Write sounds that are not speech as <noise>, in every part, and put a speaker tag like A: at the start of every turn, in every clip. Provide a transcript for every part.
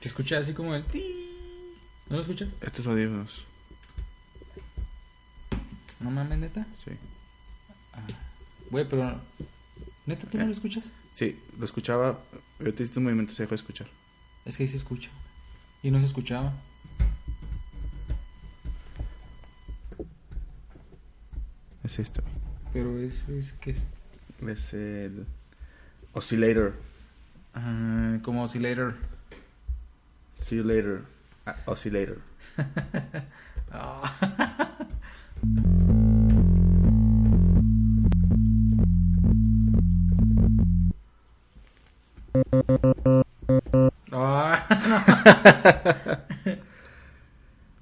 A: Se escucha así como el... ti. ¿No lo escuchas?
B: Estos audífonos.
A: No mames, neta.
B: Sí.
A: Ah, Güey, pero... ¿Neta tú no
B: Eh.
A: lo escuchas?
B: Sí, lo escuchaba. Ahorita hiciste un movimiento, se dejó de escuchar.
A: Es que ahí se escucha. Y no se escuchaba.
B: Es este, güey.
A: Pero es... es que es...
B: Es el Oscillator.
A: Ah, como oscillator.
B: See you later. Ah, oscillator.
A: Ah. <laughs> Ah,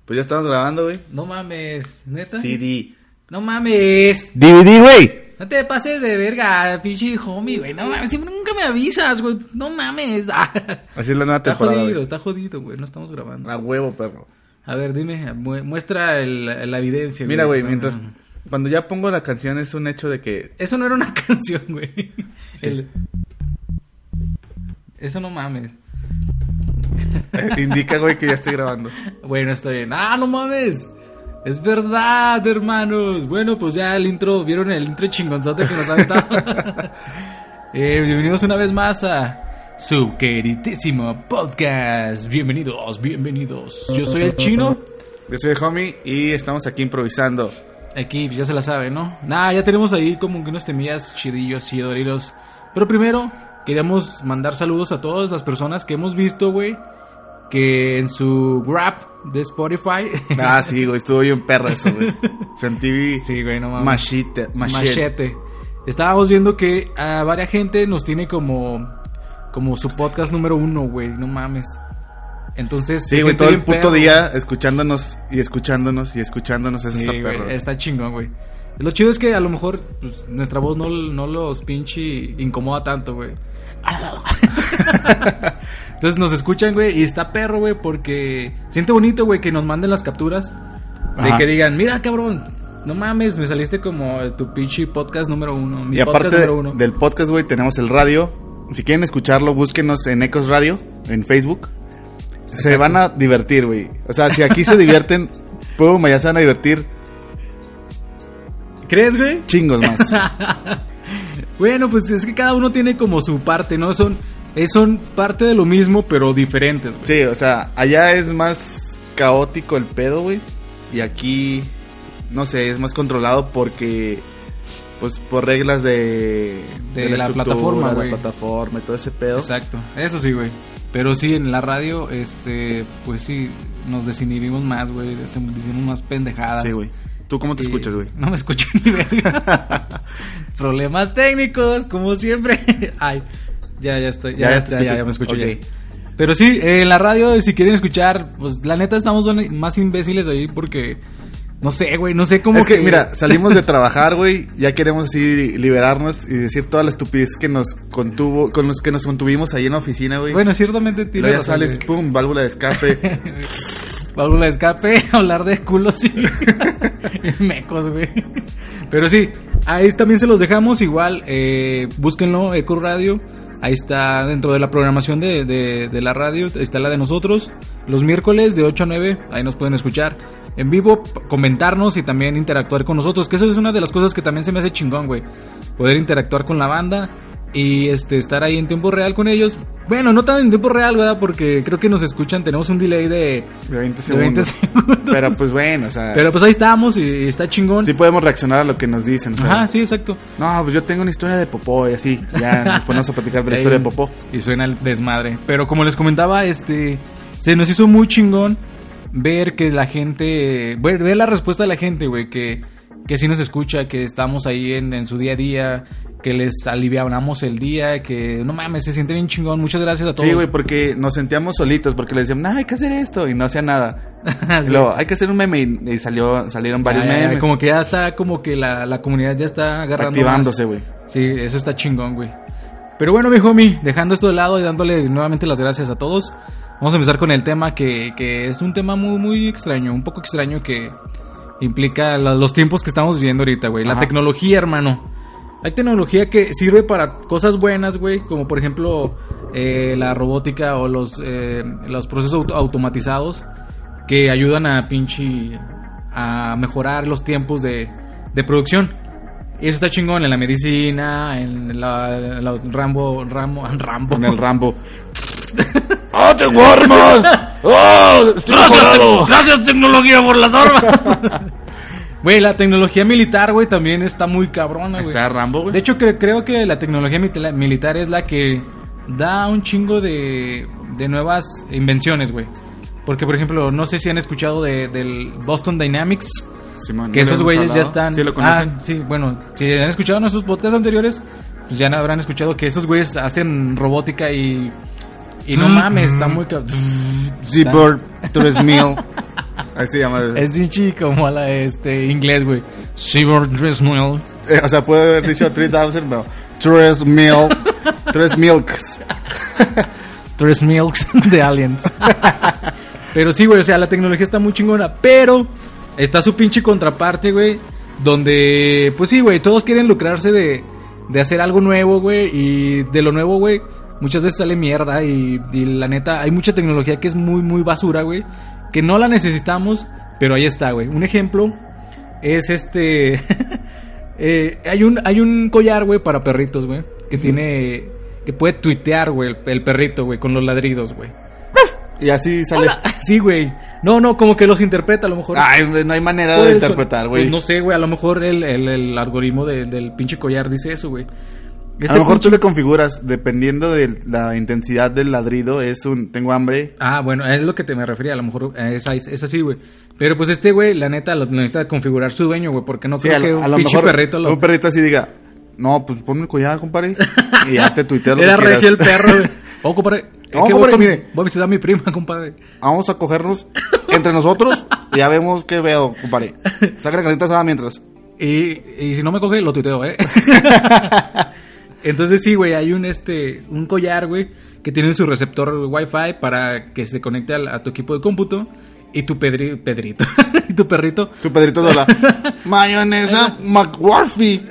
B: Pues ya estamos grabando, güey.
A: no mames, neta.
B: CD.
A: No mames.
B: DVD, güey.
A: No te pases de verga, pinche homie, güey. No mames, siempre- nunca me avisas, güey. No mames. <laughs> Ah.
B: Así es la nueva
A: Está
B: temporada.
A: jodido,
B: güey.
A: está jodido, güey. No estamos grabando.
B: A huevo, perro.
A: A ver, dime, mu- muestra el- la evidencia.
B: Mira, güey, mientras.
A: Estamos-
B: Cuando ya pongo la canción, es un hecho de que. <laughs>
A: Eso no era una <laughs> canción, güey.
B: Sí.
A: El- Eso no mames.
B: indica, güey, que ya estoy grabando.
A: Bueno, está bien. ¡Ah, no mames! Es verdad, hermanos. Bueno, pues ya el intro, ¿vieron el intro chingonzote que nos ha estado? bienvenidos una vez más a su queridísimo podcast. Bienvenidos, bienvenidos. Yo soy el chino.
B: Yo soy el homie y estamos aquí improvisando.
A: Aquí pues, ya se la sabe, ¿no? Nada, ya tenemos ahí como que unos temillas chidillos y dorilos. Pero primero, queríamos mandar saludos a todas las personas que hemos visto, güey. Que en su Grab de Spotify. <laughs>
B: Ah, sí, güey, estuvo bien perro eso, <laughs> güey. Sentí
A: sí, güey, no mames.
B: machete, machete.
A: Machete. Estábamos viendo que a varias gente nos tiene como, como su podcast número uno, güey. No mames. Entonces, se
B: Sí, güey,
A: siente
B: todo el
A: bien
B: puto
A: perro.
B: día escuchándonos y escuchándonos y escuchándonos. Eso
A: Sí,
B: está
A: güey,
B: perro.
A: está chingón, güey. Lo chido es que a lo mejor pues, nuestra voz no, no los pinche incomoda tanto,
B: <laughs>
A: güey. Entonces nos escuchan, güey, y está perro, güey, porque siente bonito, güey, que nos manden las capturas. De
B: Ajá.
A: que digan, mira, cabrón, no mames, me saliste como tu pinche podcast número uno. Mi
B: Y
A: podcast
B: aparte
A: número uno.
B: del podcast, güey, tenemos el radio. Si quieren escucharlo, búsquenos en Ecos Radio, en Facebook. Se van a divertir, güey. O sea, si aquí se divierten,
A: <laughs>
B: pum, allá se van a divertir
A: ¿Crees, güey? <laughs>
B: chingos más.
A: Bueno, pues es que cada uno tiene como su parte, ¿no? Son, eh, son parte de lo mismo, pero diferentes, güey.
B: Sí, o sea, allá es más caótico el pedo, güey. Y aquí, no sé, es más controlado porque, pues, por reglas de...
A: De la
B: estructura,
A: plataforma,
B: de
A: güey.
B: La plataforma y todo ese pedo.
A: Exacto, eso sí, güey. Pero sí, en la radio, este, pues sí, nos desinhibimos más, güey. hacemos- Decimos más pendejadas.
B: Sí, güey. ¿Tú cómo te
A: Y-
B: escuchas, güey?
A: No me escucho ni verga.
B: <laughs>
A: Problemas técnicos, como siempre. <laughs> Ay, ya, ya estoy. Ya,
B: Ya,
A: ya,
B: ya te
A: ya,
B: escuchas.
A: ya me escucho. ya.
B: Ok.
A: Pero sí, eh, en la radio, si quieren escuchar, pues la neta estamos más imbéciles ahí porque. No sé, güey, no sé cómo.
B: Es que,
A: <laughs>
B: mira, salimos de trabajar, güey, ya queremos así liberarnos y decir toda la estupidez que nos contuvo, con los que nos contuvimos ahí en la oficina, güey.
A: Bueno, ciertamente tiene.
B: Luego ya
A: razón,
B: sales,
A: güey.
B: pum, válvula de escape.
A: <laughs> Válvula de escape, <laughs> hablar de culos y <laughs> mecos, güey. Pero sí, ahí también se los dejamos. Igual, eh, búsquenlo, Eco Radio. Ahí está dentro de la programación de, de- de la radio. Está la de nosotros. Los miércoles de 8 a 9. Ahí nos pueden escuchar en vivo, p- comentarnos y también interactuar con nosotros. Que eso es una de las cosas que también se me hace chingón, güey. Poder interactuar con la banda y este estar ahí en tiempo real con ellos. Bueno, no tan en tiempo real, ¿verdad? Porque creo que nos escuchan, tenemos un delay de,
B: De 20
A: de 20
B: segundos.
A: segundos.
B: Pero pues bueno, o sea,
A: Pero pues ahí estamos y está chingón.
B: sí podemos reaccionar a lo que nos dicen. o sea,
A: Ajá, sí, exacto.
B: No, pues yo tengo una historia de Popó y así.
A: <laughs>
B: Ya nos ponemos a platicar de la historia de Popó.
A: Y suena el desmadre. Pero como les comentaba, este se nos hizo muy chingón ver que la gente, ver, ver la respuesta de la gente, güey, que que sí nos escucha, que estamos ahí en, en su día a día, que les aliviamos el día, que no mames, se siente bien chingón. Muchas gracias a todos.
B: Sí, güey, porque nos sentíamos solitos, porque le decían, no, hay que hacer esto, y no hacía nada.
A: <laughs> Sí.
B: Y luego, hay que hacer un meme, y, y salió, salieron varios
A: Ya, ya, ya,
B: memes,
A: Como que ya está, como que la, la comunidad ya está agarrando.
B: activándose, güey.
A: más. Sí, eso está chingón, güey. Pero bueno, mi homie, dejando esto de lado y dándole nuevamente las gracias a todos, vamos a empezar con el tema que, que es un tema muy, muy extraño, un poco extraño que implica la- los tiempos que estamos viviendo ahorita, güey. La
B: Ajá.
A: tecnología, hermano. Hay tecnología que sirve para cosas buenas, güey, como por ejemplo eh, la robótica o los, eh, los procesos auto- automatizados que ayudan a pinche a mejorar los tiempos de, de producción. Y eso está chingón en la medicina, en la, la- Rambo, Rambo, <laughs> Rambo.
B: Con el <laughs> Rambo. ¡Oh, tengo armas! ¡Oh, estoy
A: Gracias,
B: mejorado!
A: tec- gracias, tecnología por las armas. <laughs> Güey, la tecnología militar, güey, también está muy cabrona, güey.
B: Está Rambo, güey.
A: De hecho, cre- creo que la tecnología mitla- militar es la que da un chingo de, de nuevas invenciones, güey. Porque, por ejemplo, no sé si han escuchado de- del Boston Dynamics,
B: Simón,
A: que
B: ¿no lo
A: esos
B: hemos
A: güeyes ya
B: hablado?
A: están...
B: Sí, lo
A: ah,
B: conocen.
A: sí, bueno, si han escuchado nuestros podcasts anteriores, pues ya habrán escuchado que esos güeyes hacen robótica y... Y no
B: Ah,
A: mames,
B: mm,
A: está muy... ca- Ah,
B: Zipper
A: <laughs>
B: 3000. Ahí se llama.
A: Es un chico como a la este, inglés, güey. Cyber Dressmill.
B: Eh, o sea, puede haber dicho 3000, pero 3000. 3000.
A: Tres milks <laughs> de aliens. pero sí, güey, o sea, la tecnología está muy chingona, pero está su pinche contraparte, güey, donde, pues sí, güey, todos quieren lucrarse de, de hacer algo nuevo, güey, y de lo nuevo, güey, muchas veces sale mierda y, y la neta, hay mucha tecnología que es muy, muy basura, güey, que no la necesitamos, pero ahí está, güey. Un ejemplo es este... <laughs> eh, hay, un, hay un collar, güey, para perritos, güey, que tiene... que puede tuitear, güey, el, el perrito, güey, con los ladridos, güey. <laughs>
B: Y así sale.
A: Sí, güey. No, no, como que los interpreta a lo mejor.
B: Ay, güey, Ah, no hay manera
A: Por
B: de
A: el
B: interpretar,
A: son-
B: güey.
A: Pues no sé, güey. A lo mejor el, el- el algoritmo de- del pinche collar dice eso, güey. Este
B: a lo mejor
A: pinche-
B: tú le configuras, dependiendo de la intensidad del ladrido, es un tengo hambre.
A: Ah, bueno, es lo que te me refería. A lo mejor eh, es, es- es así, güey. Pero pues este, güey, la neta, lo necesita configurar su dueño, güey. Porque no
B: Sí,
A: creo
B: a,
A: que
B: lo-
A: un
B: a lo
A: pinche
B: mejor
A: perrito lo.
B: un perrito así diga, no, pues ponme el collar, compadre. Y ya te tuiteas
A: <laughs>
B: lo
A: Era
B: que quieras.
A: regio el perro,
B: <laughs>
A: güey. Oh, compadre. es
B: No,
A: que voy,
B: compadre,
A: con-
B: mire.
A: voy a visitar a mi prima, <laughs> compadre.
B: Vamos a cogernos entre nosotros y ya vemos qué veo, compadre. Saca la carnita asada mientras.
A: Y, y si no me coge, lo tuiteo,
B: <laughs>
A: ¿eh? Entonces sí, güey, hay un este un collar, güey, que tiene su receptor Wi-Fi para que se conecte al- a tu equipo de cómputo y tu pedri- pedrito, <laughs> y tu perrito.
B: Tu Pedrito Sola. Mayonesa McWarfy.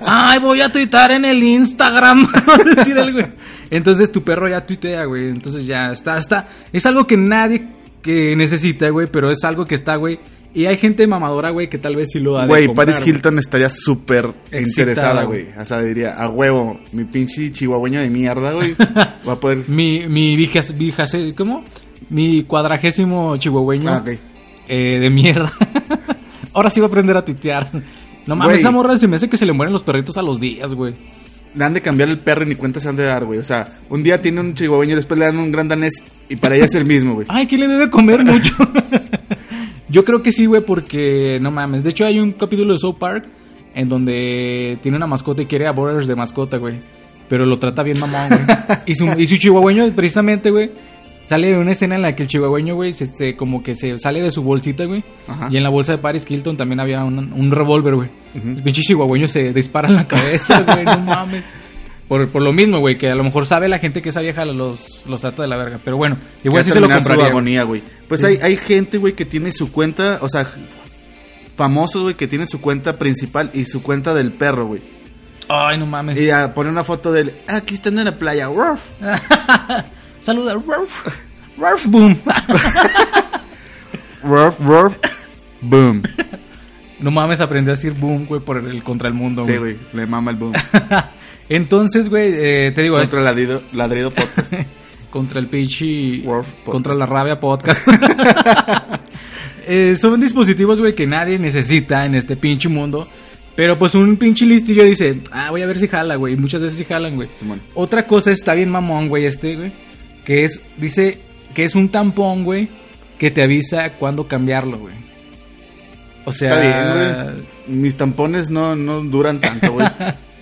A: Ay, voy a tuitar en el Instagram. <laughs> va a decir el güey. Entonces tu perro ya tuitea, güey. Entonces ya está, está. Es algo que nadie que necesita, güey, pero es algo que está, güey. Y hay gente mamadora, güey, que tal vez sí lo ha de
B: Güey,
A: comprar,
B: Paris
A: güey.
B: Hilton estaría súper
A: Excitada,
B: interesada,
A: güey.
B: güey. O sea, diría, a huevo, mi pinche chihuahueño de mierda, güey. Va
A: <laughs>
B: a poder.
A: Mi, mi vijas- vijase- ¿cómo? Mi cuadragésimo chihuahueño
B: Ah, ok.
A: eh, de mierda. <laughs> Ahora sí va a aprender a tuitear. No mames,
B: Güey.
A: esa morra se me hace que se le mueren los perritos a los días, güey.
B: Le han de cambiar el perro y ni cuenta se han de dar, güey. O sea, un día tiene un chihuahueño y después le dan un gran danés y para ella es el mismo, güey.
A: Ay, que le debe <laughs> comer mucho. Yo creo que sí, güey, porque no mames. De hecho, hay un capítulo de South Park en donde tiene una mascota y quiere a Borders de mascota, güey. Pero lo trata bien mamón, güey. <laughs> Y su, y su chihuahueño, precisamente, güey, sale de una escena en la que el chihuahueño, güey, se, se- como que se sale de su bolsita, güey.
B: Ajá.
A: Y en la bolsa de Paris Hilton también había un, un revólver, güey.
B: Ujú.
A: El pinche chihuahueño se dispara en la cabeza, güey, no mames. Por, por lo mismo, güey, que a lo mejor sabe la gente que esa vieja los, los trata de la verga. Pero bueno, igual
B: Ya
A: sí se lo
B: terminar su
A: compraría. güey.
B: agonía, güey. Pues
A: Sí.
B: hay, hay gente, güey, que tiene su cuenta, o sea, famosos, güey, que tiene su cuenta principal y su cuenta del perro, güey.
A: Ay, no mames.
B: Y ya pone una foto de él, "Ah, aquí estando en la playa, Ruff.
A: Saluda, Ralph. Ralph Boom. <laughs>
B: Ruff, ruff, boom.
A: no mames, aprendí a decir boom, güey, por el contra el mundo,
B: Sí,
A: güey.
B: güey, le mama el boom.
A: Entonces, güey, eh, te digo, eh,
B: Contra el ladrido, ladrido podcast.
A: contra el pichi,
B: Worf
A: contra la rabia podcast. <laughs> Eh, son dispositivos, güey, que nadie necesita en este pinche mundo. Pero pues un pinche listillo dice, ah, voy a ver si jala, güey. Y muchas veces sí jalan, güey.
B: Simón.
A: Otra cosa está bien mamón, güey, este, güey. Que es, dice, que es un tampón, güey, que te avisa cuándo cambiarlo, güey. O sea,
B: Está bien, güey. Mis tampones no, no duran tanto,
A: <laughs>
B: güey.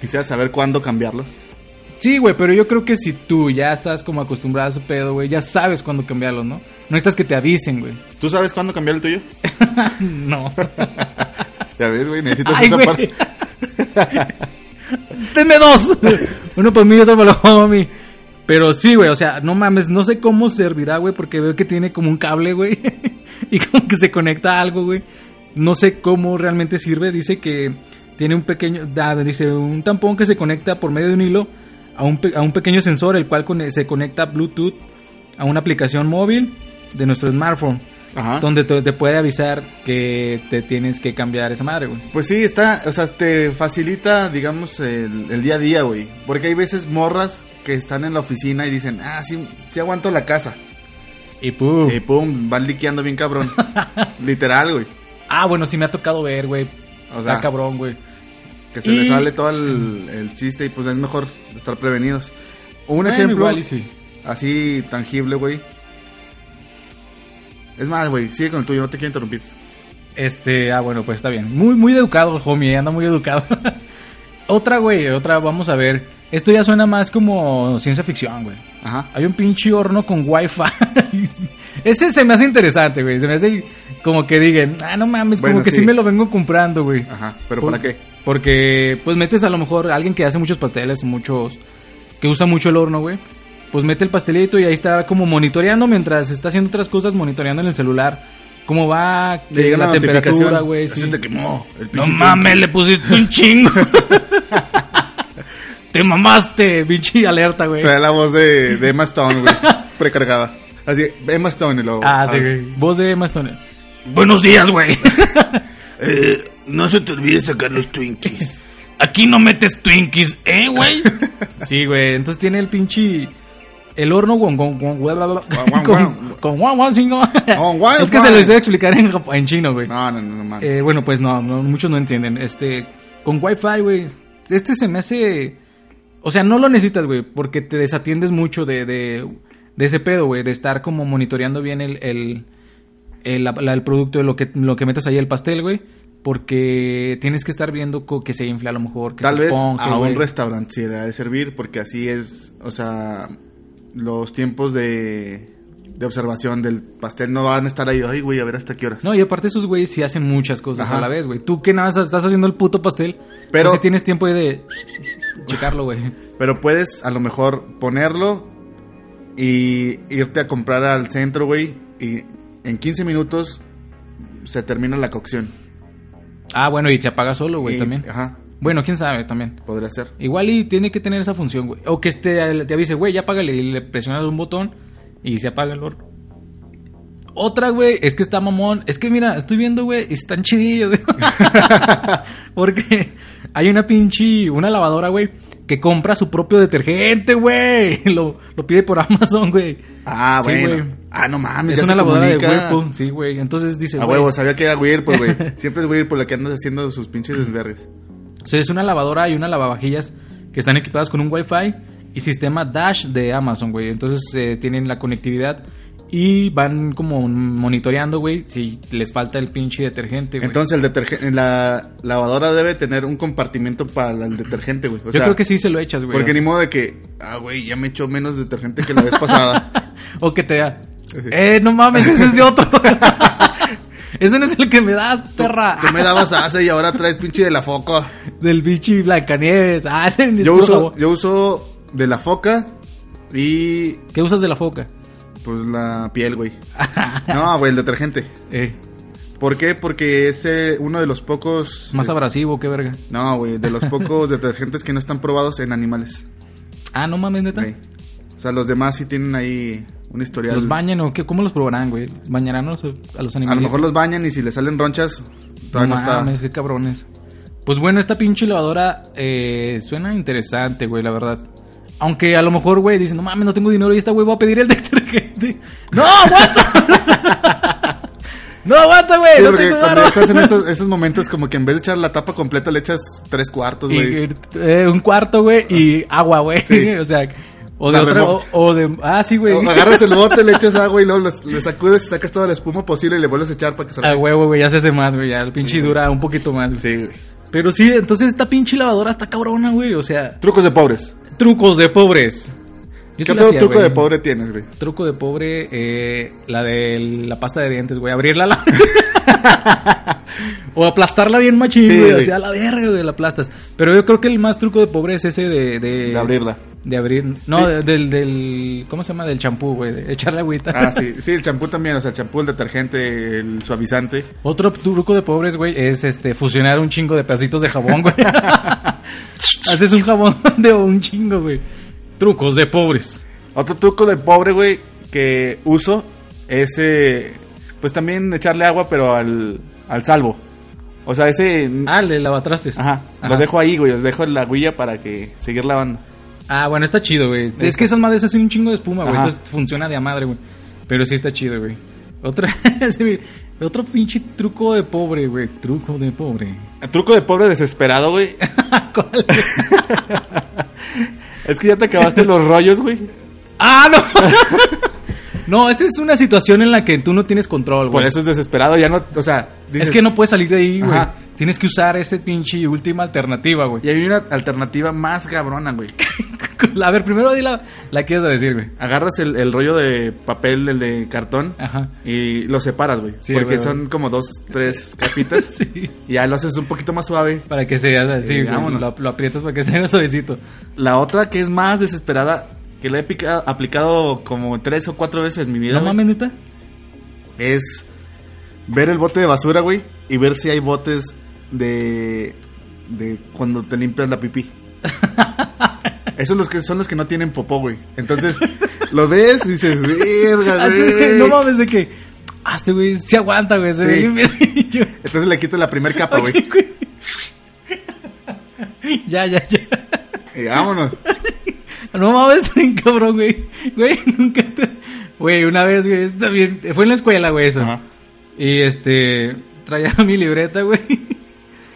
B: Quisiera saber cuándo cambiarlos.
A: Sí, güey, pero yo creo que si tú ya estás como acostumbrado a ese pedo, güey, ya sabes cuándo cambiarlo, ¿no? No necesitas que te avisen, güey. <laughs>
B: ¿Tú sabes cuándo cambiar el tuyo?
A: no.
B: Ya ves, güey, necesitas
A: Ay,
B: esa
A: güey.
B: parte.
A: <laughs> Denme dos. Uno para mí y otro para el homie. Pero sí, güey, o sea, no mames, no sé cómo servirá, güey, porque veo que tiene como un cable, güey. <laughs> y como que se conecta a algo, güey. No sé cómo realmente sirve. Dice que tiene un pequeño. da- dice un tampón que se conecta por medio de un hilo a un, pe- a un pequeño sensor el cual cone- se conecta Bluetooth a una aplicación móvil de nuestro smartphone,
B: Ajá.
A: donde te, te puede avisar que te tienes que cambiar esa madre, güey.
B: Pues sí, está, o sea, te facilita, digamos, el, el día a día, güey. Porque hay veces morras que están en la oficina y dicen, ah, sí, sí aguanto la casa.
A: Y pum.
B: Y pum, van liqueando
A: <laughs>
B: bien cabrón. Literal, güey.
A: Ah, bueno, sí me ha tocado ver, güey.
B: O
A: O
B: sea,
A: sea, cabrón, güey.
B: que se les
A: y-
B: sale todo el, el chiste y pues es mejor estar prevenidos. Un
A: Bueno,
B: ejemplo
A: igual y sí.
B: así tangible, güey. Es más, güey, sigue con el tuyo, no te quiero interrumpir.
A: Este, ah, bueno, pues está bien. Muy, muy educado, el homie, anda muy educado. <laughs> otra, güey, otra, vamos a ver. Esto ya suena más como ciencia ficción, güey.
B: Ajá.
A: Hay un pinche horno con wifi. <laughs> Ese se me hace interesante, güey. Se me hace como que digan, ah, no mames,
B: Bueno,
A: como que sí.
B: sí.
A: me lo vengo comprando, güey.
B: Ajá. ¿Pero
A: Por-
B: para qué?
A: Porque, pues metes a lo mejor a alguien que hace muchos pasteles, muchos. que usa mucho el horno, güey. Pues mete el pastelito y ahí está como monitoreando mientras está haciendo otras cosas, monitoreando en el celular. ¿Cómo va? eh,
B: Le llega la, notificación.
A: temperatura, güey.
B: Ya
A: sí.
B: Se te quemó. el
A: No
B: pinche
A: mames, le pusiste un
B: <laughs>
A: chingo. Te mamaste, pinche alerta, güey.
B: Trae la voz de, de Emma
A: <laughs>
B: Stone, güey. precargada. Así, Emma Stone y luego.
A: Ah, sí, güey. Voz de Emma Stone. Buenos días, güey. <laughs> Eh,
B: no se te olvide sacar los Twinkies.
A: Aquí no metes Twinkies, ¿eh, güey? <laughs> Sí, güey. Entonces tiene el pinche. El horno con. Con. Con.
B: guan,
A: <laughs> Con. Con. guan, guan, sí, no.
B: Con
A: <laughs>
B: guan,
A: Es que
B: guan.
A: se lo hice explicar en, jap- en chino, güey.
B: No, no, no, no mames.
A: Eh, bueno, pues no, no, muchos no entienden. Este. Con Wi-Fi, güey. Este se me hace. O sea, no lo necesitas, güey. Porque te desatiendes mucho de. de, de ese pedo, güey. De estar como monitoreando bien el. el el, la- la- el producto de lo que, lo que metas ahí el pastel, güey. Porque tienes que estar viendo co- que se infla a lo mejor, que
B: Tal
A: se
B: vez
A: esponje,
B: a
A: güey.
B: un restaurante sí le ha de servir, porque así es, o sea, los tiempos de, de observación del pastel no van a estar ahí, ay, güey, a ver hasta qué horas.
A: No, y aparte esos güeyes sí hacen muchas cosas
B: Ajá.
A: a la vez, güey. Tú que nada más estás haciendo el puto pastel,
B: Pero-
A: pero si tienes tiempo ahí de checarlo, güey.
B: Pero puedes a lo mejor ponerlo y irte a comprar al centro, güey, y en 15 minutos se termina la cocción.
A: Ah, bueno, y se apaga solo, güey,
B: Y-
A: también.
B: Ajá,
A: Bueno, quién sabe también.
B: podría ser.
A: Igual y tiene que tener esa función, güey. O que este, te, te avise, güey, ya apágale y le presionas un botón y se apaga el horno. Otra, güey, es que está mamón. Es que mira, estoy viendo, güey, y están chidillos. güey. <laughs> Porque hay una pinche, una lavadora, güey, que compra su propio detergente, güey. <laughs> Lo, lo pide por Amazon, güey.
B: Ah,
A: Sí,
B: bueno.
A: güey.
B: Ah, no
A: Es
B: mames. ya
A: una
B: se
A: lavadora de
B: comunica.
A: Whirlpool, sí, güey. Entonces dice,
B: A
A: güey,
B: huevo, sabía que era
A: <laughs>
B: Whirlpool, güey. Siempre es Whirlpool la que andas haciendo sus pinches desvergues.
A: o sea, es una lavadora y una lavavajillas que están equipadas con un Wi-Fi y sistema Dash de Amazon, güey. Entonces eh, tienen la conectividad y van como monitoreando, güey, si les falta el pinche detergente, güey.
B: Entonces, el detergente, la lavadora debe tener un compartimento para el detergente, güey. O
A: Yo
B: sea,
A: creo que sí se lo echas, güey.
B: Porque ni modo de que, ah, güey, ya me echó menos detergente que la vez pasada.
A: O que te da. Eh, no mames, ese es de
B: <laughs>
A: otro. ese no es el que me das, <laughs> perra. Ah,
B: Tú me dabas hace y ahora traes pinche de la foca.
A: Del bichi Blancanieves. Ah, ese es
B: Yo
A: puro
B: uso,
A: jabón.
B: yo uso de la foca y
A: ¿Qué usas de la foca?
B: pues la piel,
A: <laughs>
B: güey. No, güey, el detergente.
A: Eh,
B: ¿Por qué? Porque es eh, uno de los pocos... este,
A: más abrasivo, qué verga.
B: No, güey, de los pocos detergentes que no están probados en animales.
A: Ah, no mames, neta.
B: güey. O sea, los demás sí tienen ahí un historial.
A: ¿Los bañan o qué? ¿Cómo los probarán, güey? ¿Bañarán a los, a los
B: A
A: animales?
B: lo mejor los bañan y si le salen ronchas,
A: No
B: todavía no, está.
A: mames, qué cabrones. Pues bueno, esta pinche lavadora eh, suena interesante, güey, la verdad. Aunque a lo mejor, güey, dicen, no mames, no tengo dinero y esta, güey, voy a pedir el <laughs> detergente. ¡No, aguanta! <laughs> ¡No, aguanta, güey!
B: Sí,
A: ¡No
B: porque
A: tengo
B: cuando
A: varo!
B: estás en esos, esos momentos, como que en vez de echar la tapa completa, le echas tres cuartos,
A: Y,
B: güey. Ah.
A: eh, un cuarto, güey, y agua, güey.
B: Sí.
A: <laughs> o sea, o de
B: La
A: otra, o,
B: remoj-
A: o de... Ah, sí, güey.
B: O Agarras el bote, le echas agua y luego les- le sacudes y sacas toda la espuma posible y le vuelves a echar para que
A: A <laughs>
B: salga.
A: Ah, huevo, güey, ya se hace más, güey, ya el pinche dura un poquito más. güey.
B: Sí, güey.
A: Pero sí, entonces esta pinche lavadora está cabrona, güey. O sea,
B: Trucos de pobres.
A: trucos de pobres. Yo sí
B: ¿Qué
A: la
B: otro
A: hacía,
B: truco
A: güey.
B: de pobre tienes, güey?
A: Truco de pobre, eh, la de la pasta de dientes, güey. Abrirla la...
B: <laughs>
A: o aplastarla bien machín,
B: Sí,
A: güey.
B: güey.
A: O sea, a la verga, güey, la aplastas. Pero yo creo que el más truco de pobre es ese de... De,
B: De abrirla.
A: De abrir... No,
B: Sí.
A: de- del, del... ¿Cómo se llama? Del champú, güey. De echarle agüita.
B: Ah, sí. Sí, el champú también. O sea, el champú, el detergente, el suavizante. <laughs>
A: Otro truco de pobres, güey, es este fusionar un chingo de pedacitos de jabón, güey. Haces un jabón de un chingo, güey. Trucos de pobres.
B: Otro truco de pobre, güey, que uso es, eh, pues también echarle agua, pero al, al salvo. O sea, ese...
A: Ah, le lavatrastes.
B: Ajá, lo
A: Ajá.
B: dejo ahí, güey, lo dejo en la huilla para que seguir lavando.
A: Ah, bueno, está chido, güey. Es
B: Listo.
A: que esas madres hacen un chingo de espuma, güey.
B: Ajá.
A: Entonces funciona de a madre, güey. Pero sí está chido, güey. Otra, <laughs> se me- otro pinche truco de pobre, güey. Truco de pobre.
B: El truco de pobre desesperado, güey.
A: <laughs> ¿Cuál?
B: <laughs> Es que ya te acabaste los rollos, güey.
A: ¡Ah, no! <laughs> no, esa es una situación en la que tú no tienes control, güey.
B: Por eso es desesperado, ya no, o sea... dices-
A: Es que no puedes salir de ahí, güey.
B: Ajá.
A: Tienes que usar ese pinche última alternativa, güey.
B: Y hay una alternativa más cabrona, güey.
A: A ver, primero di la, la que ibas a decir, güey.
B: Agarras el, el rollo de papel, el de cartón,
A: Ajá.
B: y lo separas, güey.
A: Sí,
B: porque
A: güey.
B: son como dos,
A: <laughs>
B: tres capitas.
A: Sí.
B: Y ya lo haces un poquito más suave.
A: Para que sea así,
B: Sí,
A: güey.
B: vámonos.
A: Lo, lo aprietas para que sea <laughs> suavecito.
B: La otra que es más desesperada, que la he pica- aplicado como tres o cuatro veces en mi vida,
A: No
B: güey,
A: mames, neta.
B: es ver el bote de basura, güey, y ver si hay botes de, de cuando te limpias
A: <laughs>
B: la pipí. Esos los que son los que no tienen popó, güey. Entonces, lo ves y
A: <laughs>
B: dices, verga, güey.
A: Ah, no mames, de que. Ah, este güey se aguanta, güey. Se
B: Sí.
A: ve bien- yo-
B: Entonces le quito la primera
A: <laughs>
B: capa, güey.
A: Oye, güey. ya, ya, ya.
B: Y vámonos.
A: No mames, <laughs> cabrón, güey. Güey, nunca te. Güey, una vez, güey, también. Fue en la escuela, güey, eso.
B: Ajá.
A: Y este. Traía <laughs> mi libreta, güey.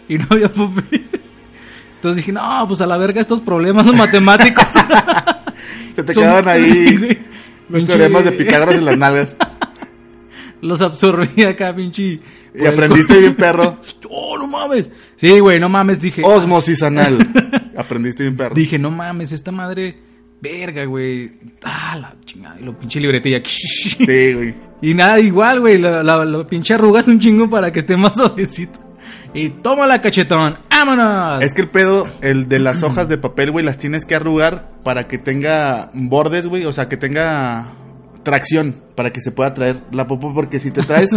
A: Y no había papel. Entonces dije, no, pues a la verga estos problemas son
B: <laughs>
A: matemáticos.
B: Se te
A: Son- <laughs>
B: quedaron
A: Sí,
B: ahí
A: güey.
B: los
A: Pinche-
B: teoremas de Pitágoras en las nalgas.
A: <laughs> Los absorbí acá, pinche. por
B: Y
A: el
B: aprendiste bien, perro.
A: <laughs> ¡Oh, no mames! Sí, güey, no mames, dije. <laughs>
B: Osmosis anal. Aprendiste bien, perro.
A: Dije, no mames, esta madre. Verga, güey. Ah, la chingada. Y lo pinche libretilla. <laughs>
B: Sí, güey.
A: Y nada, igual, güey. La, la- la pinche arrugas un chingo para que esté más <laughs> suavecito. Y toma la cachetón. ¡Vámonos!
B: Es que el pedo, el de las hojas de papel, güey, las tienes que arrugar para que tenga bordes, güey. O sea, que tenga tracción para que se pueda traer la popó. Porque si te
A: <laughs>
B: traes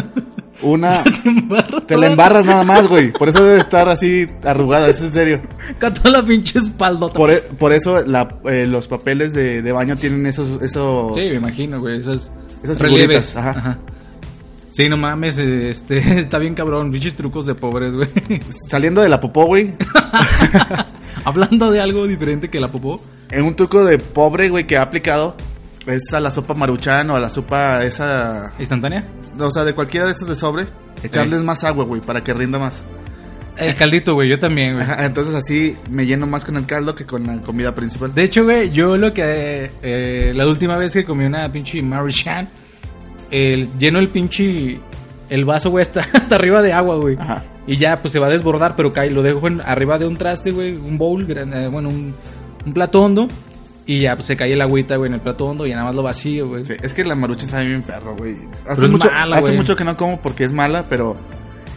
B: una,
A: Te embarra
B: te
A: toda-
B: la embarras nada más, güey. Por eso debe estar así arrugada, es en serio.
A: Con toda la pinche espaldota.
B: Por, e- por eso la- eh, los papeles de, de baño tienen esos, esos
A: Sí, me imagino, güey. Esas,
B: Esas
A: relieves.
B: figuritas, ajá.
A: Sí, no mames, este, <laughs> está bien cabrón, pinches trucos de pobres, güey. <laughs>
B: saliendo de la popó, güey.
A: Hablando de algo diferente que la popó.
B: En un truco de pobre, güey, que ha aplicado es a la sopa maruchan o a la sopa esa,
A: ¿Instantánea?
B: o sea, de cualquiera de estas de sobre, echarles más agua, güey, para que rinda más.
A: El caldito, güey, yo también, güey.
B: Ajá, entonces así me lleno más con el caldo que con la comida principal.
A: De hecho, güey, yo lo que. eh, la última vez que comí una pinche Maruchan, el, lleno el pinche. El vaso, güey, hasta, <laughs> hasta arriba de agua, güey.
B: Ajá.
A: Y ya, pues se va a desbordar, pero cae, lo dejo en- arriba de un traste, güey, un bowl, gran- eh, bueno, un, un plato hondo. Y ya, pues se cae el agüita, güey, en el plato hondo y nada más lo vacío, güey.
B: Sí, es que la maruchan sabe bien perro, güey. Hace,
A: Pero es
B: mucho,
A: mala,
B: hace
A: güey.
B: mucho que no como porque es mala, pero